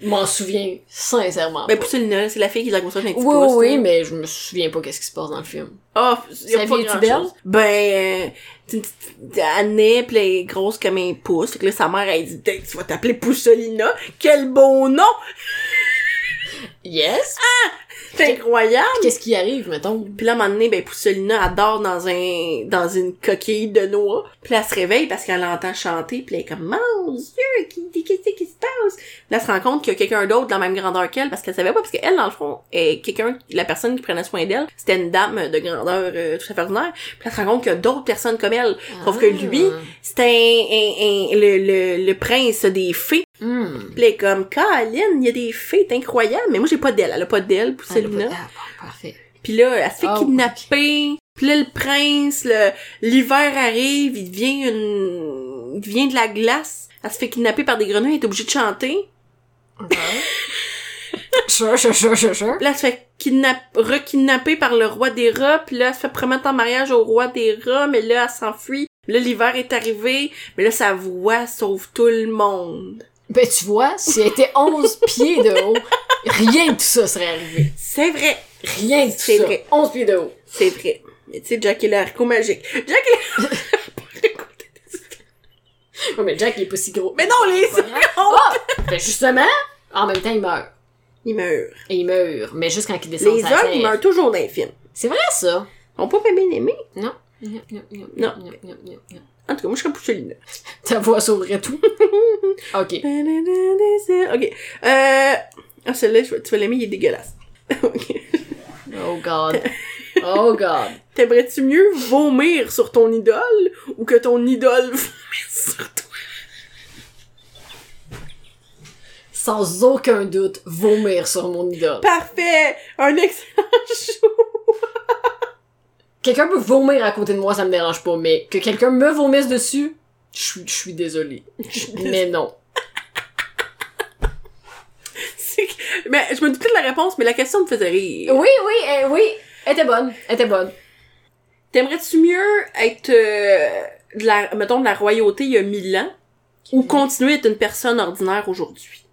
[SPEAKER 1] Je m'en souviens sincèrement
[SPEAKER 2] Ben,
[SPEAKER 1] pas.
[SPEAKER 2] Poussolina, là, c'est la fille qui la grosseur d'un petit
[SPEAKER 1] Oui,
[SPEAKER 2] pouce,
[SPEAKER 1] oui, oui,
[SPEAKER 2] là.
[SPEAKER 1] mais je me souviens pas qu'est-ce qui se passe dans le film.
[SPEAKER 2] Ah, y a
[SPEAKER 1] Sa
[SPEAKER 2] pas
[SPEAKER 1] vie est-tu
[SPEAKER 2] grand-chose. Ben, euh, c'est une petite année, pis elle est grosse comme un pouce. Fait que là, sa mère, elle dit, Hey, tu vas t'appeler Poussolina. Quel beau nom!
[SPEAKER 1] Yes!
[SPEAKER 2] C'est incroyable!
[SPEAKER 1] Qu'est-ce qui arrive, mettons?
[SPEAKER 2] Puis là, à un moment donné, ben, Poussolina, elle dort dans un, dans une coquille de noix. Puis là, elle se réveille parce qu'elle entend chanter. Puis là, elle est comme, mon Dieu, qui- qu'est-ce qui se passe? Là, elle se rend compte qu'il y a quelqu'un d'autre dans la même grandeur qu'elle parce qu'elle savait pas. Parce qu'elle, dans le fond, est quelqu'un, la personne qui prenait soin d'elle, c'était une dame de grandeur euh, tout à fait ordinaire. Puis là, elle se rend compte qu'il y a d'autres personnes comme elle. Sauf que lui,
[SPEAKER 1] Ah.
[SPEAKER 2] c'était un, un- un- le, le, le prince des fées.
[SPEAKER 1] Hmm.
[SPEAKER 2] Puis là, elle est comme, Caroline, il y a des fées, c'est incroyable. Mais moi, j'ai pas d'elle. Elle a pas d'elle, Poussolina.
[SPEAKER 1] Ah, bon, parfait.
[SPEAKER 2] Puis là, elle se fait
[SPEAKER 1] Oh,
[SPEAKER 2] kidnapper. Puis là, le prince, le- l'hiver arrive, il devient une... Il devient de la glace. Elle se fait kidnapper par des grenouilles, elle est obligée de chanter.
[SPEAKER 1] Ok. sure, sure, sure, sure, sure.
[SPEAKER 2] Puis là, elle se fait kidnap... re-kidnapper par le roi des rats. Puis là, elle se fait promettre en mariage au roi des rats, mais là, elle s'enfuit. Là, l'hiver est arrivé, mais là, sa voix sauve tout le monde.
[SPEAKER 1] Ben, tu vois, si elle était 11 pieds de haut, rien de tout ça serait arrivé.
[SPEAKER 2] C'est vrai,
[SPEAKER 1] Rien de tout
[SPEAKER 2] C'est
[SPEAKER 1] ça.
[SPEAKER 2] vrai.
[SPEAKER 1] 11 pieds de haut.
[SPEAKER 2] c'est vrai. Mais tu sais, Jack est le haricot magique. Jack est le
[SPEAKER 1] Ouais, mais Jack, il est pas si gros.
[SPEAKER 2] Mais *laughs* non, les...
[SPEAKER 1] Ah! Ben, justement, en même temps, il meurt.
[SPEAKER 2] Il meurt.
[SPEAKER 1] Et il meurt. Mais juste quand il descend
[SPEAKER 2] Les
[SPEAKER 1] sa
[SPEAKER 2] hommes,
[SPEAKER 1] terre.
[SPEAKER 2] ils meurent toujours dans les films.
[SPEAKER 1] C'est vrai, ça?
[SPEAKER 2] On peut pas bien aimer.
[SPEAKER 1] Non. Non, non, non,
[SPEAKER 2] Non.
[SPEAKER 1] non, non, non, non.
[SPEAKER 2] En tout cas, moi, je serais Poussolina.
[SPEAKER 1] Ta voix sauverait
[SPEAKER 2] *laughs*
[SPEAKER 1] tout. ok.
[SPEAKER 2] Ok. Euh... Ah, celui-là, je- tu vas l'aimer, il est dégueulasse. ok.
[SPEAKER 1] Oh god. Oh god.
[SPEAKER 2] T'aimerais-tu mieux vomir sur ton idole ou que ton idole vomisse sur toi?
[SPEAKER 1] Sans aucun doute, vomir sur mon idole.
[SPEAKER 2] Parfait! Un excellent show!
[SPEAKER 1] Quelqu'un peut vomir à côté de moi, ça me dérange pas, mais que quelqu'un me vomisse dessus, je suis- je suis désolée. Mais non.
[SPEAKER 2] C'est que- mais je me doutais de la réponse, mais la question me faisait rire.
[SPEAKER 1] Oui, oui, eh, oui. Elle était bonne. Elle était bonne.
[SPEAKER 2] T'aimerais-tu mieux être, euh, de la, mettons, de la royauté il y a mille ans ou continuer à être une personne ordinaire aujourd'hui?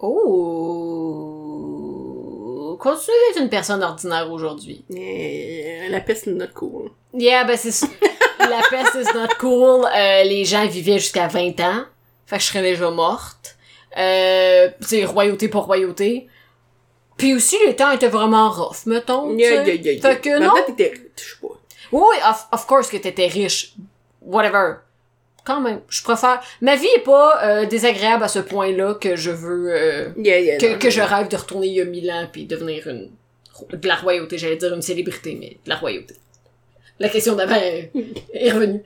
[SPEAKER 1] Oh. Continue d'être une personne ordinaire aujourd'hui.
[SPEAKER 2] Euh, la peste de notre cours.
[SPEAKER 1] Yeah, ben c'est... s- *laughs* La peste is not cool. Euh, les gens vivaient jusqu'à 20 ans. Fait que je serais déjà morte. Euh, tu sais, royauté pour royauté. Puis aussi, les temps étaient vraiment rough, mettons. tu sais.
[SPEAKER 2] Yeah, yeah, yeah, yeah.
[SPEAKER 1] Fait que
[SPEAKER 2] Mais
[SPEAKER 1] non.
[SPEAKER 2] peut-être que t'es- je sais pas.
[SPEAKER 1] Oui, oui, of, of course que t'étais riche. Whatever. Quand même, je préfère... Ma vie est pas euh, désagréable à ce point-là que je veux... euh,
[SPEAKER 2] Yeah, yeah,
[SPEAKER 1] que,
[SPEAKER 2] non,
[SPEAKER 1] que je
[SPEAKER 2] non.
[SPEAKER 1] rêve de retourner il y a mille ans puis devenir une... ro- De la royauté, j'allais dire une célébrité, mais de la royauté. La question d'avant est est revenue.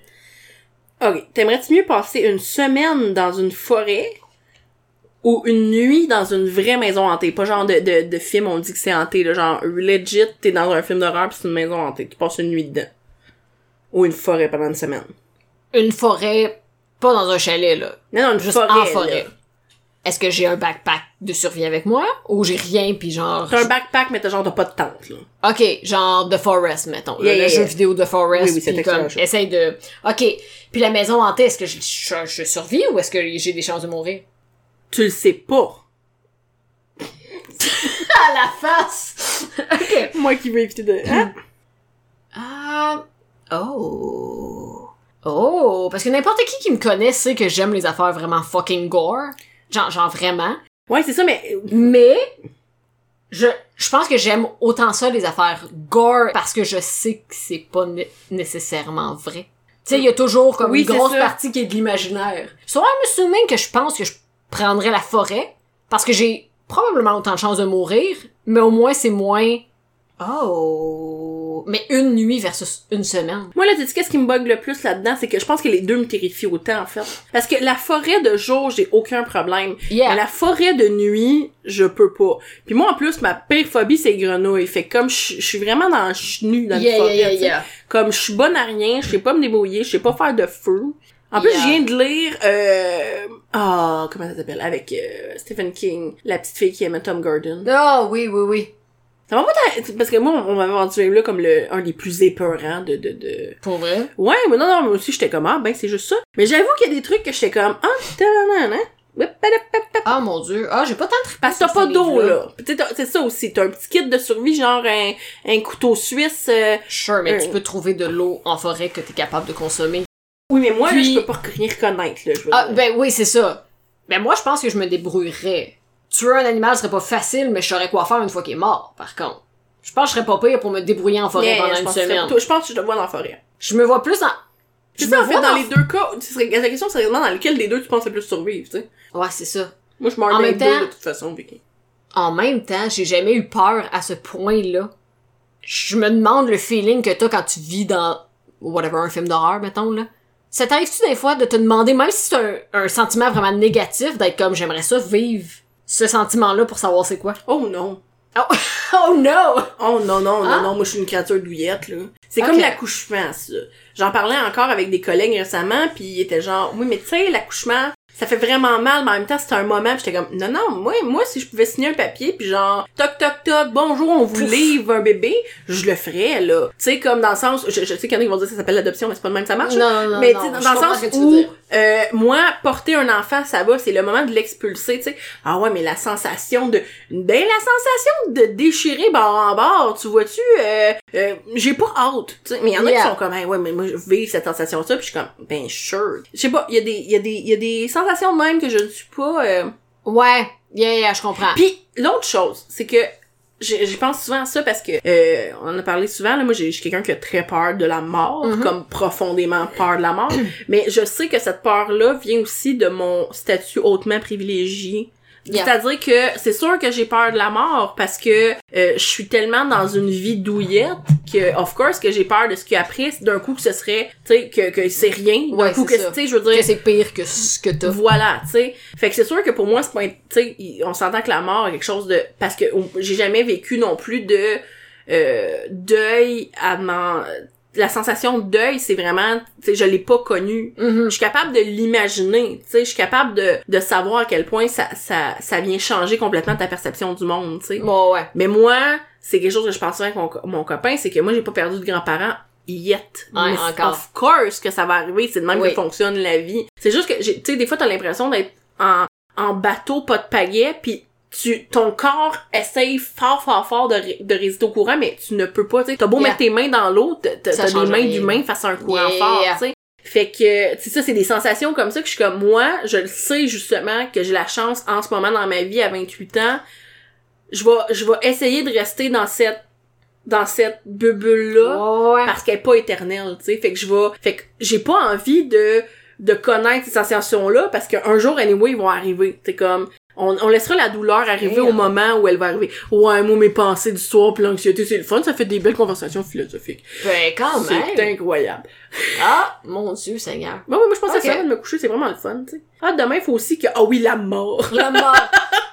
[SPEAKER 2] Ok. T'aimerais-tu mieux passer une semaine dans une forêt ou une nuit dans une vraie maison hantée? Pas genre de, de, de film, on dit que c'est hanté, là. Genre, legit, t'es dans un film d'horreur pis c'est une maison hantée. Tu passes une nuit dedans. Ou une forêt pendant une semaine.
[SPEAKER 1] une forêt, pas dans un chalet, là.
[SPEAKER 2] Non, non, une
[SPEAKER 1] Juste
[SPEAKER 2] forêt.
[SPEAKER 1] en
[SPEAKER 2] là.
[SPEAKER 1] forêt. Est-ce que j'ai un backpack de survie avec moi? Ou j'ai rien pis genre.
[SPEAKER 2] T'as un backpack, mais t'as genre, t'as pas de tente, là.
[SPEAKER 1] Ok, genre The Forest, mettons. là,
[SPEAKER 2] Yeah,
[SPEAKER 1] le
[SPEAKER 2] yeah,
[SPEAKER 1] jeu
[SPEAKER 2] yeah.
[SPEAKER 1] vidéo The Forest.
[SPEAKER 2] Oui, oui, c'est
[SPEAKER 1] pis
[SPEAKER 2] excellent
[SPEAKER 1] comme,
[SPEAKER 2] jeu.
[SPEAKER 1] essaye de. Ok. Puis la maison hantée, est-ce que je, je, je survis ou est-ce que j'ai des chances de mourir?
[SPEAKER 2] Tu le sais pas.
[SPEAKER 1] À la face! *laughs* ok.
[SPEAKER 2] Moi qui veux éviter de... Hein?
[SPEAKER 1] Ah. Oh. Oh. Parce que n'importe qui qui me connaît sait que j'aime les affaires vraiment fucking gore. Genre, genre vraiment.
[SPEAKER 2] Ouais, c'est ça, mais...
[SPEAKER 1] Mais je, je pense que j'aime autant ça les affaires gore parce que je sais que c'est pas né- nécessairement vrai. Tu sais, il y a toujours comme
[SPEAKER 2] Oui,
[SPEAKER 1] une
[SPEAKER 2] c'est
[SPEAKER 1] grosse
[SPEAKER 2] ça.
[SPEAKER 1] partie qui est de l'imaginaire. Souvent, je me souviens que je pense que je prendrais la forêt parce que j'ai probablement autant de chances de mourir, mais au moins c'est moins oh, mais une nuit versus une semaine.
[SPEAKER 2] Moi, là, tu sais, qu'est-ce qui me bug le plus là-dedans? C'est que je pense que les deux me terrifient autant, en fait. Parce que la forêt de jour, j'ai aucun problème.
[SPEAKER 1] Yeah.
[SPEAKER 2] Mais la forêt de nuit, je peux pas. Puis moi, en plus, ma pire phobie, c'est les grenouilles. Fait que comme je je suis vraiment dans le chenu dans
[SPEAKER 1] Yeah,
[SPEAKER 2] la forêt,
[SPEAKER 1] yeah, yeah,
[SPEAKER 2] tu sais.
[SPEAKER 1] yeah.
[SPEAKER 2] comme je suis bonne à rien, je sais pas me débrouiller, je sais pas faire de feu. En plus,
[SPEAKER 1] Yeah.
[SPEAKER 2] je viens de lire, euh, ah, comment ça s'appelle, avec euh, Stephen King, la petite fille qui aimait Tom Gordon.
[SPEAKER 1] Ah oui, oui, oui.
[SPEAKER 2] Ça m'a pas tant- parce que moi, on m'avait vendu là comme le, un des plus épeurants de, de, de,
[SPEAKER 1] Pour vrai.
[SPEAKER 2] Ouais, mais non, non, moi aussi, j'étais comme, ah, ben, c'est juste ça. Mais j'avoue qu'il y a des trucs que j'étais comme, ah, tabarnak, hein. Whip, padap, pap, pap.
[SPEAKER 1] Ah mon dieu. Ah, j'ai pas tant de
[SPEAKER 2] Parce que t'as pas d'eau, là. Puis t'sais, t'as- C'est ça aussi. T'as un petit kit de survie, genre un, un couteau suisse. euh,
[SPEAKER 1] Sure, mais
[SPEAKER 2] Euh.
[SPEAKER 1] tu peux trouver de l'eau en forêt que t'es capable de consommer.
[SPEAKER 2] Oui, mais moi, là,
[SPEAKER 1] Puis-
[SPEAKER 2] je peux pas rien reconnaître, là. Je veux
[SPEAKER 1] Ah,
[SPEAKER 2] dire.
[SPEAKER 1] ben oui, c'est ça. Ben moi, je pense que je me débrouillerais. Tuer un animal serait pas facile, mais je saurais quoi faire une fois qu'il est mort, par contre. Je pense que je serais pas pire pour me débrouiller en forêt
[SPEAKER 2] Yeah,
[SPEAKER 1] pendant
[SPEAKER 2] je
[SPEAKER 1] une
[SPEAKER 2] pense que c'est
[SPEAKER 1] semaine.
[SPEAKER 2] plutôt- Je pense que je te vois dans la forêt.
[SPEAKER 1] Je me vois plus en...
[SPEAKER 2] C'est
[SPEAKER 1] Je
[SPEAKER 2] ça,
[SPEAKER 1] me
[SPEAKER 2] en fait,
[SPEAKER 1] vois
[SPEAKER 2] dans
[SPEAKER 1] dans-
[SPEAKER 2] les deux cas, tu serais- la question serait vraiment dans lequel des deux tu penses le plus survivre, tu sais.
[SPEAKER 1] Ouais, c'est ça.
[SPEAKER 2] Moi, je meurs
[SPEAKER 1] En
[SPEAKER 2] dans les
[SPEAKER 1] même
[SPEAKER 2] deux,
[SPEAKER 1] temps-
[SPEAKER 2] de toute façon, Vicky.
[SPEAKER 1] En même temps, j'ai jamais eu peur à ce point-là. Je me demande le feeling que t'as quand tu vis dans... Whatever, un film d'horreur, mettons, là. Ça t'arrive-tu des fois de te demander, même si c'est un, un sentiment vraiment négatif, d'être comme « J'aimerais ça vivre ce sentiment-là pour savoir c'est quoi.
[SPEAKER 2] Oh non.
[SPEAKER 1] Oh, » *laughs* Oh no!
[SPEAKER 2] Oh non, non,
[SPEAKER 1] Ah.
[SPEAKER 2] non, non, moi je suis une créature douillette, là. C'est
[SPEAKER 1] Ok.
[SPEAKER 2] comme l'accouchement, ça. J'en parlais encore avec des collègues récemment, puis ils étaient genre, oui, mais tu sais, l'accouchement, ça fait vraiment mal, mais en même temps, c'était un moment, puis j'étais comme, non, non, moi, moi, si je pouvais signer un papier, puis genre, toc, toc, toc, bonjour, on vous
[SPEAKER 1] Pouf.
[SPEAKER 2] livre un bébé, je le ferais, là. Tu sais, comme dans le sens, je, je sais qu'il y en a qui vont dire que ça s'appelle l'adoption, mais c'est pas le même, ça marche. là.
[SPEAKER 1] Non, non,
[SPEAKER 2] mais
[SPEAKER 1] non,
[SPEAKER 2] tu sais, dans,
[SPEAKER 1] je
[SPEAKER 2] dans le
[SPEAKER 1] comprends
[SPEAKER 2] sens
[SPEAKER 1] ce que tu veux
[SPEAKER 2] où
[SPEAKER 1] dire.
[SPEAKER 2] euh, moi porter un enfant ça va c'est le moment de l'expulser tu sais ah ouais mais la sensation de ben la sensation de déchirer bord en bord tu vois tu euh, euh, j'ai pas hâte tu sais mais il y en a qui
[SPEAKER 1] Yeah.
[SPEAKER 2] sont comme Hey, ouais mais moi je vis cette sensation là puis je suis comme ben sure je sais pas il y a des il y a des il y a des sensations de même que je ne suis pas euh,
[SPEAKER 1] Ouais, yeah, yeah, je comprends.
[SPEAKER 2] puis l'autre chose, c'est que je je pense souvent à ça parce que euh, on en a parlé souvent là, moi j'ai- je suis quelqu'un qui a très peur de la mort,
[SPEAKER 1] Mhm.
[SPEAKER 2] comme profondément peur de la
[SPEAKER 1] *coughs*
[SPEAKER 2] mort, mais je sais que cette peur là vient aussi de mon statut hautement privilégié.
[SPEAKER 1] Yeah.
[SPEAKER 2] C'est-à-dire que c'est sûr que j'ai peur de la mort parce que euh, je suis tellement dans une vie douillette que of course que j'ai peur de ce qu'il y a après d'un coup que ce serait tu sais que que c'est rien d'un
[SPEAKER 1] Ouais,
[SPEAKER 2] coup
[SPEAKER 1] c'est
[SPEAKER 2] que
[SPEAKER 1] ça.
[SPEAKER 2] tu sais je veux dire
[SPEAKER 1] que c'est pire que ce que t'as.
[SPEAKER 2] voilà, tu sais. Fait que c'est sûr que pour moi, c'est pas, tu sais, il- on s'entend que la mort est quelque chose de, parce que on- j'ai jamais vécu non plus de euh, deuil à m'en- la sensation de deuil, c'est vraiment, tu sais, je l'ai pas connu.
[SPEAKER 1] Mhm.
[SPEAKER 2] Je suis capable de l'imaginer, tu sais, je suis capable de, de savoir à quel point ça, ça, ça vient changer complètement ta perception du monde, tu sais.
[SPEAKER 1] Bon, ouais.
[SPEAKER 2] Mais moi, c'est quelque chose que je pense souvent avec mon, co- mon copain, c'est que moi, j'ai pas perdu de grands-parents yet.
[SPEAKER 1] Ouais,
[SPEAKER 2] Mais
[SPEAKER 1] encore.
[SPEAKER 2] Of course que ça va arriver, c'est de même
[SPEAKER 1] Oui.
[SPEAKER 2] que fonctionne la vie. C'est juste que, j'ai- tu sais, des fois, t'as l'impression d'être en, en bateau, pas de pagaie, puis tu, ton corps essaye fort, fort, fort de, ré- de résister au courant, mais tu ne peux pas, tu sais. T'as beau
[SPEAKER 1] Yeah.
[SPEAKER 2] mettre tes mains dans l'eau, t'as- t'as
[SPEAKER 1] Ça
[SPEAKER 2] t'as des
[SPEAKER 1] change
[SPEAKER 2] mains
[SPEAKER 1] rien.
[SPEAKER 2] d'humain face à un courant
[SPEAKER 1] Yeah.
[SPEAKER 2] fort, tu sais. Fait que, tu sais, ça, c'est des sensations comme ça que je suis comme, moi, je le sais justement que j'ai la chance en ce moment dans ma vie à 28 ans je vais, je vais essayer de rester dans cette, dans cette bubule-là,
[SPEAKER 1] Ouais, ouais.
[SPEAKER 2] parce qu'elle est pas éternelle, tu sais. Fait que je vais, fait que j'ai pas envie de, de connaître ces sensations-là, parce qu'un jour, anyway, ils vont arriver. C'est comme, on, on laissera la douleur arriver
[SPEAKER 1] Yeah.
[SPEAKER 2] au moment où elle va arriver. Ouais, moi, mes pensées du soir pis l'anxiété, c'est le fun, ça fait des belles conversations philosophiques.
[SPEAKER 1] Ben, quand même.
[SPEAKER 2] c'est incroyable.
[SPEAKER 1] Ah, mon Dieu, Seigneur.
[SPEAKER 2] Bon, ouais, moi, je pense
[SPEAKER 1] Ok.
[SPEAKER 2] que ça va de me coucher, c'est vraiment le fun, tu sais. Ah, demain, il faut aussi que, ah oui, la mort.
[SPEAKER 1] La *laughs* mort.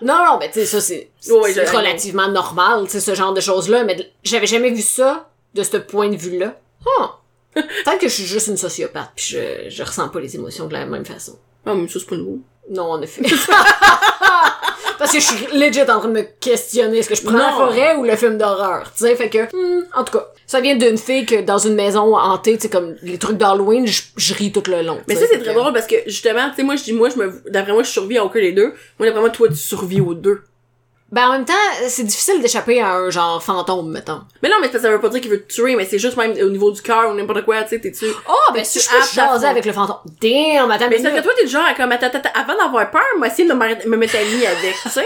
[SPEAKER 1] non, non, ben, tu sais, ça, c'est c'est
[SPEAKER 2] Ouais, je-
[SPEAKER 1] relativement normal, tu sais, ce genre de choses-là, mais de- j'avais jamais vu ça de ce point de vue-là. Huh. Peut-être que je suis juste une sociopathe, puis je, je ressens pas les émotions de la même façon.
[SPEAKER 2] Ah, mais ça, c'est pas nouveau.
[SPEAKER 1] Non, en effet. *laughs* Parce que je suis legit en train de me questionner est-ce que je prends la
[SPEAKER 2] Non.
[SPEAKER 1] forêt ou le film d'horreur, tu sais, fait que hmm, en tout cas, ça vient d'une fille que dans une maison hantée, tu sais comme les trucs d'Halloween, je, je ris tout le long.
[SPEAKER 2] Mais
[SPEAKER 1] tu
[SPEAKER 2] ça,
[SPEAKER 1] sais,
[SPEAKER 2] c'est
[SPEAKER 1] fait
[SPEAKER 2] très
[SPEAKER 1] que-
[SPEAKER 2] drôle parce que, justement, tu sais, moi, je dis, moi, je me, d'après moi, je survis à aucun des deux. Moi, d'après moi, toi, tu survis aux deux.
[SPEAKER 1] Ben en même temps, c'est difficile d'échapper à un genre fantôme mettons.
[SPEAKER 2] Mais non, mais ça, ça veut pas dire qu'il veut te tuer, mais c'est juste même au niveau du cœur ou n'importe quoi, tu sais, t'es-tu.
[SPEAKER 1] Oh, ben si je peux
[SPEAKER 2] apte à
[SPEAKER 1] jaser
[SPEAKER 2] faire.
[SPEAKER 1] avec le fantôme. Damn, attends,
[SPEAKER 2] Ah, Mais
[SPEAKER 1] une
[SPEAKER 2] c'est que
[SPEAKER 1] minute.
[SPEAKER 2] toi, t'es le genre à comme, attends, attends, attends, avant d'avoir peur, moi, essayer de me me mettre ami avec, tu *laughs* sais.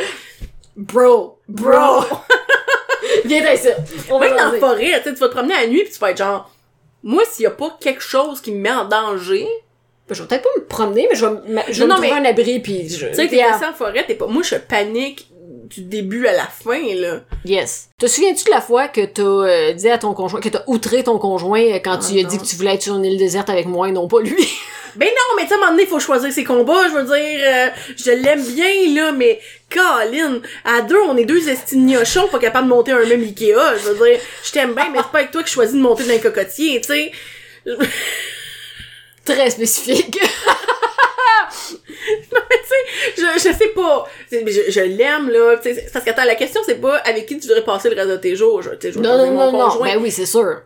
[SPEAKER 1] bro, bro. *laughs* Viens d'ici. On va
[SPEAKER 2] Même dans la
[SPEAKER 1] jaser.
[SPEAKER 2] forêt, tu sais, tu vas te promener à la nuit pis tu vas être genre, moi, s'il y a pas quelque chose qui me met en danger,
[SPEAKER 1] Ben, je vais peut-être pas me promener, mais je vais, me- je vais
[SPEAKER 2] Non,
[SPEAKER 1] me
[SPEAKER 2] non,
[SPEAKER 1] trouver un abri puis je.
[SPEAKER 2] tu sais, t'es
[SPEAKER 1] Yeah.
[SPEAKER 2] passé en forêt, t'es pas, moi, je panique du début à la fin, là.
[SPEAKER 1] Yes. Te souviens-tu de la fois que t'as euh, dit à ton conjoint, que t'as outré ton conjoint euh, quand
[SPEAKER 2] Ah,
[SPEAKER 1] tu lui as
[SPEAKER 2] non.
[SPEAKER 1] dit que tu voulais être sur une île déserte avec moi et non pas lui? *laughs*
[SPEAKER 2] Ben non, mais tu sais, à un moment donné, faut choisir ses combats, je veux dire, euh, je l'aime bien, là, mais, Colin, à deux, on est deux estignochons pas capables de monter un même Ikea, je veux dire, je t'aime bien, mais c'est pas avec toi que je choisis de monter dans un cocotier, tu sais.
[SPEAKER 1] Très spécifique.
[SPEAKER 2] Je, je sais pas. C'est- Je, je l'aime, là. tu sais, c'est- Parce que, attends, la question, c'est pas avec qui tu voudrais passer le reste de tes jours. Je, tu sais, *laughs* je veux
[SPEAKER 1] non,
[SPEAKER 2] choisir
[SPEAKER 1] non,
[SPEAKER 2] mon
[SPEAKER 1] non, non.
[SPEAKER 2] conjoint.
[SPEAKER 1] Ben oui, c'est sûr.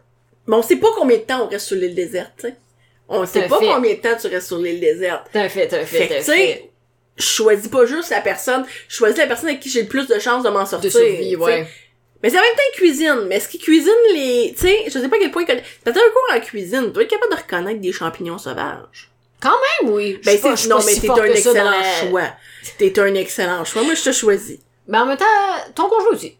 [SPEAKER 2] Mais on sait pas combien de temps on reste sur l'île déserte, tu sais. On sait
[SPEAKER 1] Tout à
[SPEAKER 2] pas
[SPEAKER 1] fait.
[SPEAKER 2] combien de temps tu restes sur l'île déserte.
[SPEAKER 1] T'as fait, t'as fait,
[SPEAKER 2] Fait que,
[SPEAKER 1] t'as
[SPEAKER 2] tu sais,
[SPEAKER 1] fait.
[SPEAKER 2] je choisis pas juste la personne, je choisis la personne avec qui j'ai le plus de chances de m'en
[SPEAKER 1] De
[SPEAKER 2] sortir. tu
[SPEAKER 1] survie,
[SPEAKER 2] sais.
[SPEAKER 1] ouais.
[SPEAKER 2] Mais c'est en même temps qu'ils cuisinent. Mais est-ce qu'ils cuisinent les, tu sais, je sais pas à quel point ils connaissent. T'as un cours en cuisine, tu dois être capable de reconnaître des champignons sauvages.
[SPEAKER 1] Ben oui. je
[SPEAKER 2] Ben
[SPEAKER 1] suis pas- je
[SPEAKER 2] c'est,
[SPEAKER 1] suis
[SPEAKER 2] non,
[SPEAKER 1] pas
[SPEAKER 2] mais
[SPEAKER 1] si
[SPEAKER 2] t'es
[SPEAKER 1] forte
[SPEAKER 2] un
[SPEAKER 1] que ça dans
[SPEAKER 2] excellent
[SPEAKER 1] la-
[SPEAKER 2] choix. T'es un excellent choix. Moi, je te choisis.
[SPEAKER 1] Ben en même temps, ton conjoint aussi.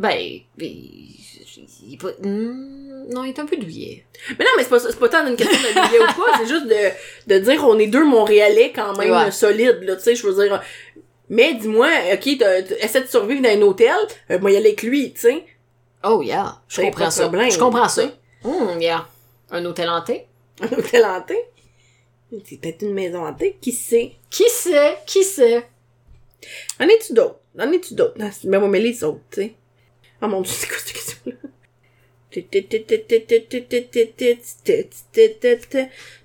[SPEAKER 1] Ben, il, il est pas- hmm, non, il est un peu douillet.
[SPEAKER 2] Mais non, mais c'est pas, c'est pas tant une question de billet ou pas, *laughs* c'est juste de, de dire on est deux Montréalais quand même
[SPEAKER 1] Ouais.
[SPEAKER 2] euh, solides, là, tu sais, je veux dire. euh, Mais dis-moi, ok, t'as- t'as- essaie de survivre dans un hôtel, euh, moi y aller avec lui, tu sais. *laughs*
[SPEAKER 1] Oh yeah, je
[SPEAKER 2] Ben, pas
[SPEAKER 1] comprends
[SPEAKER 2] de
[SPEAKER 1] ça.
[SPEAKER 2] problème.
[SPEAKER 1] Je comprends ça. Hum, yeah. Un hôtel hanté?
[SPEAKER 2] Un hôtel hanté. C'est peut-être une maison hantée, qui sait?
[SPEAKER 1] Qui sait? Qui sait?
[SPEAKER 2] En es-tu d'autres? En es-tu d'autres? Non, Ah, c'est- Mais moi, mais les autres, tu sais. Oh mon dieu, c'est quoi cette question-là?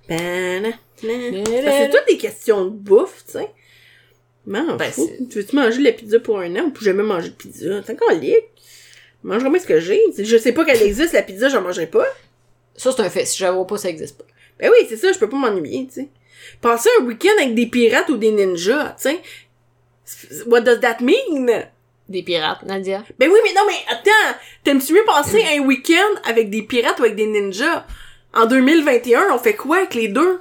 [SPEAKER 2] Parce que C'est toutes des questions de bouffe, tu sais. Man,
[SPEAKER 1] Ben,
[SPEAKER 2] fou.
[SPEAKER 1] c'est-
[SPEAKER 2] tu veux-tu manger de la pizza pour un an ou plus jamais manger de pizza? T'es encore libre. Je mangerai même ce que j'ai. Je sais pas qu'elle existe, la pizza, j'en mangerai pas.
[SPEAKER 1] Ça, c'est un fait. Si j'avoue pas, ça existe pas.
[SPEAKER 2] Ben oui, c'est ça, je peux pas m'ennuyer, tu sais. Passer un week-end avec des pirates ou des ninjas, tu sais. What does that mean?
[SPEAKER 1] Des pirates, Nadia.
[SPEAKER 2] Ben oui, mais non, mais attends! T'aimes-tu mieux passer un week-end avec des pirates ou avec des ninjas? En 2021, on fait quoi avec les deux?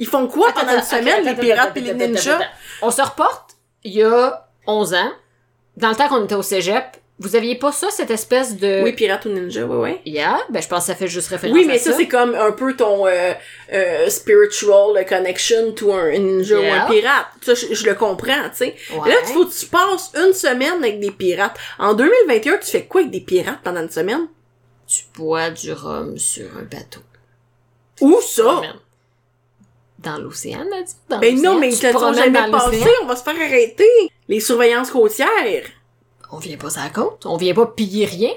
[SPEAKER 2] Ils font quoi pendant une semaine, les pirates et les ninjas?
[SPEAKER 1] On se reporte il y a 11 ans, dans le temps qu'on était au cégep. Vous aviez pas ça, cette espèce de...
[SPEAKER 2] Oui, pirates ou ninjas, ouais, ouais.
[SPEAKER 1] Yeah, ben je pense que ça fait juste référence
[SPEAKER 2] Oui, mais
[SPEAKER 1] à
[SPEAKER 2] ça, c'est comme un peu ton euh, euh, spiritual connection to un ninja ou
[SPEAKER 1] Yeah.
[SPEAKER 2] un pirate. Ça, je, je le comprends, tu sais.
[SPEAKER 1] Ouais.
[SPEAKER 2] Là, tu faut que tu passes une semaine avec des pirates. En 2021, tu fais quoi avec des pirates pendant une semaine?
[SPEAKER 1] Tu bois du rhum sur un bateau.
[SPEAKER 2] Où ça?
[SPEAKER 1] Amen. Dans l'océan, Nadia? Dans
[SPEAKER 2] Oh! Ben non,
[SPEAKER 1] l'océan.
[SPEAKER 2] mais
[SPEAKER 1] Tu
[SPEAKER 2] ils
[SPEAKER 1] te
[SPEAKER 2] te le sont
[SPEAKER 1] promènes
[SPEAKER 2] jamais
[SPEAKER 1] dans l'océan.
[SPEAKER 2] passé, on va se faire arrêter. Les surveillances côtières.
[SPEAKER 1] On vient pas sur la côte. On vient pas piller rien.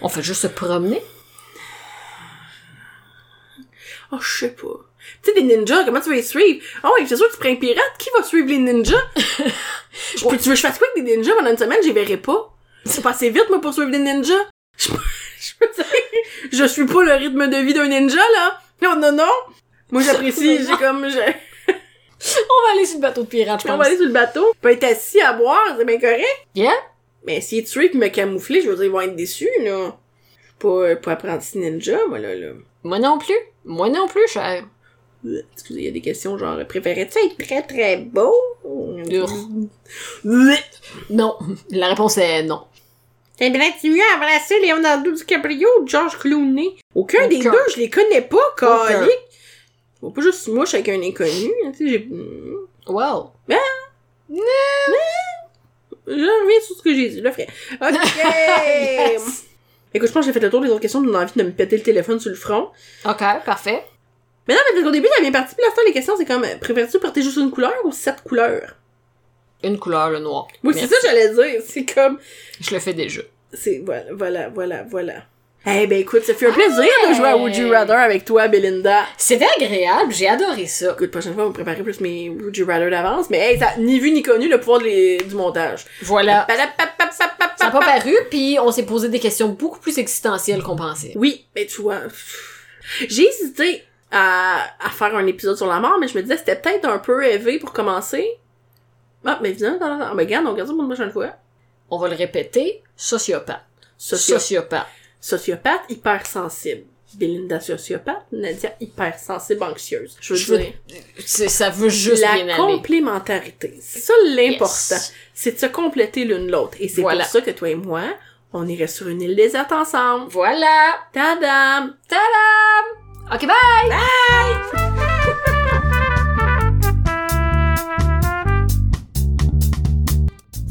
[SPEAKER 1] On fait juste se promener.
[SPEAKER 2] Oh, je sais pas. Tu sais, des ninjas, comment tu vas les suivre? Oh, ouais, c'est sûr que tu prends un pirate, qui va suivre les ninjas? je peux, tu veux que je fasse quoi avec des ninjas pendant une semaine? J'y verrai pas. C'est passé vite, moi, pour suivre des ninjas. Je, *laughs* je veux dire, je suis pas le rythme de vie d'un ninja, là. Non, non, non. Moi, j'apprécie, j'ai comme, je,
[SPEAKER 1] On va aller sur le bateau de pirate, je
[SPEAKER 2] on
[SPEAKER 1] pense.
[SPEAKER 2] va aller sur le bateau. Je peux être assis à boire, c'est bien correct.
[SPEAKER 1] Yeah.
[SPEAKER 2] Mais s'il est tué pis me camoufler, je veux dire, ils vont être déçus, là. Je suis pas, euh, pas apprenti ninja, moi, là, là.
[SPEAKER 1] Moi non plus. Moi non plus, cher.
[SPEAKER 2] Excusez, il y a des questions genre préférais-tu être très très beau?
[SPEAKER 1] Ur. Non. *laughs* La réponse est non.
[SPEAKER 2] T'aimerais-tu mieux embrasser Leonardo DiCaprio ou George Clooney? Aucun des
[SPEAKER 1] Aucun.
[SPEAKER 2] deux, je les connais pas,
[SPEAKER 1] Aucun.
[SPEAKER 2] calique! Faut pas juste mouche avec un inconnu, hein, tu sais, j'ai... Je
[SPEAKER 1] Wow.
[SPEAKER 2] reviens sur ce que j'ai dit, le frère.
[SPEAKER 1] *laughs*
[SPEAKER 2] OK!
[SPEAKER 1] Yes.
[SPEAKER 2] Écoute, je pense que j'ai fait le tour des autres questions, on a envie de me péter le téléphone sur le front.
[SPEAKER 1] OK, parfait.
[SPEAKER 2] Mais non, mais parce qu'au début, t'as bien parti, puis l'instant, les questions, c'est comme, euh, préfères-tu porter juste une couleur ou sept couleurs?
[SPEAKER 1] Une couleur, le noir.
[SPEAKER 2] Moi, c'est ça que j'allais dire, c'est comme...
[SPEAKER 1] Je le fais déjà.
[SPEAKER 2] C'est voilà, voilà, voilà, voilà. Eh ben écoute, ça fait un plaisir de jouer à Would You Rather avec toi, Belinda.
[SPEAKER 1] C'était agréable, j'ai adoré ça.
[SPEAKER 2] Écoute, prochaine fois, on va préparer plus mes Would You Rather d'avance. Mais hey, ça, ni vu ni connu le pouvoir de les- du montage.
[SPEAKER 1] Voilà.
[SPEAKER 2] Palapapapapapapa.
[SPEAKER 1] Ça n'a pas paru, puis on s'est posé des questions beaucoup plus existentielles qu'on pensait.
[SPEAKER 2] Oui, mais tu vois, pff, j'ai hésité à, à faire un épisode sur la mort, mais je me disais c'était peut-être un peu élevé pour commencer. Ah, mais viens, non, non, non, mais regarde, on regarde ça pour une prochaine fois.
[SPEAKER 1] On va le répéter, sociopathe.
[SPEAKER 2] Socio-
[SPEAKER 1] Sociopathe.
[SPEAKER 2] sociopathe, hypersensible. Belinda sociopathe, Nadia hypersensible, anxieuse. Je veux
[SPEAKER 1] Je veux
[SPEAKER 2] dire,
[SPEAKER 1] C'est- Ça veut juste bien
[SPEAKER 2] la
[SPEAKER 1] aller.
[SPEAKER 2] complémentarité. C'est ça l'important.
[SPEAKER 1] Yes.
[SPEAKER 2] C'est de se compléter l'une l'autre. Et c'est
[SPEAKER 1] Voilà.
[SPEAKER 2] pour ça que toi et moi, on irait sur une île déserte ensemble.
[SPEAKER 1] Voilà.
[SPEAKER 2] Tadam!
[SPEAKER 1] Ok, bye!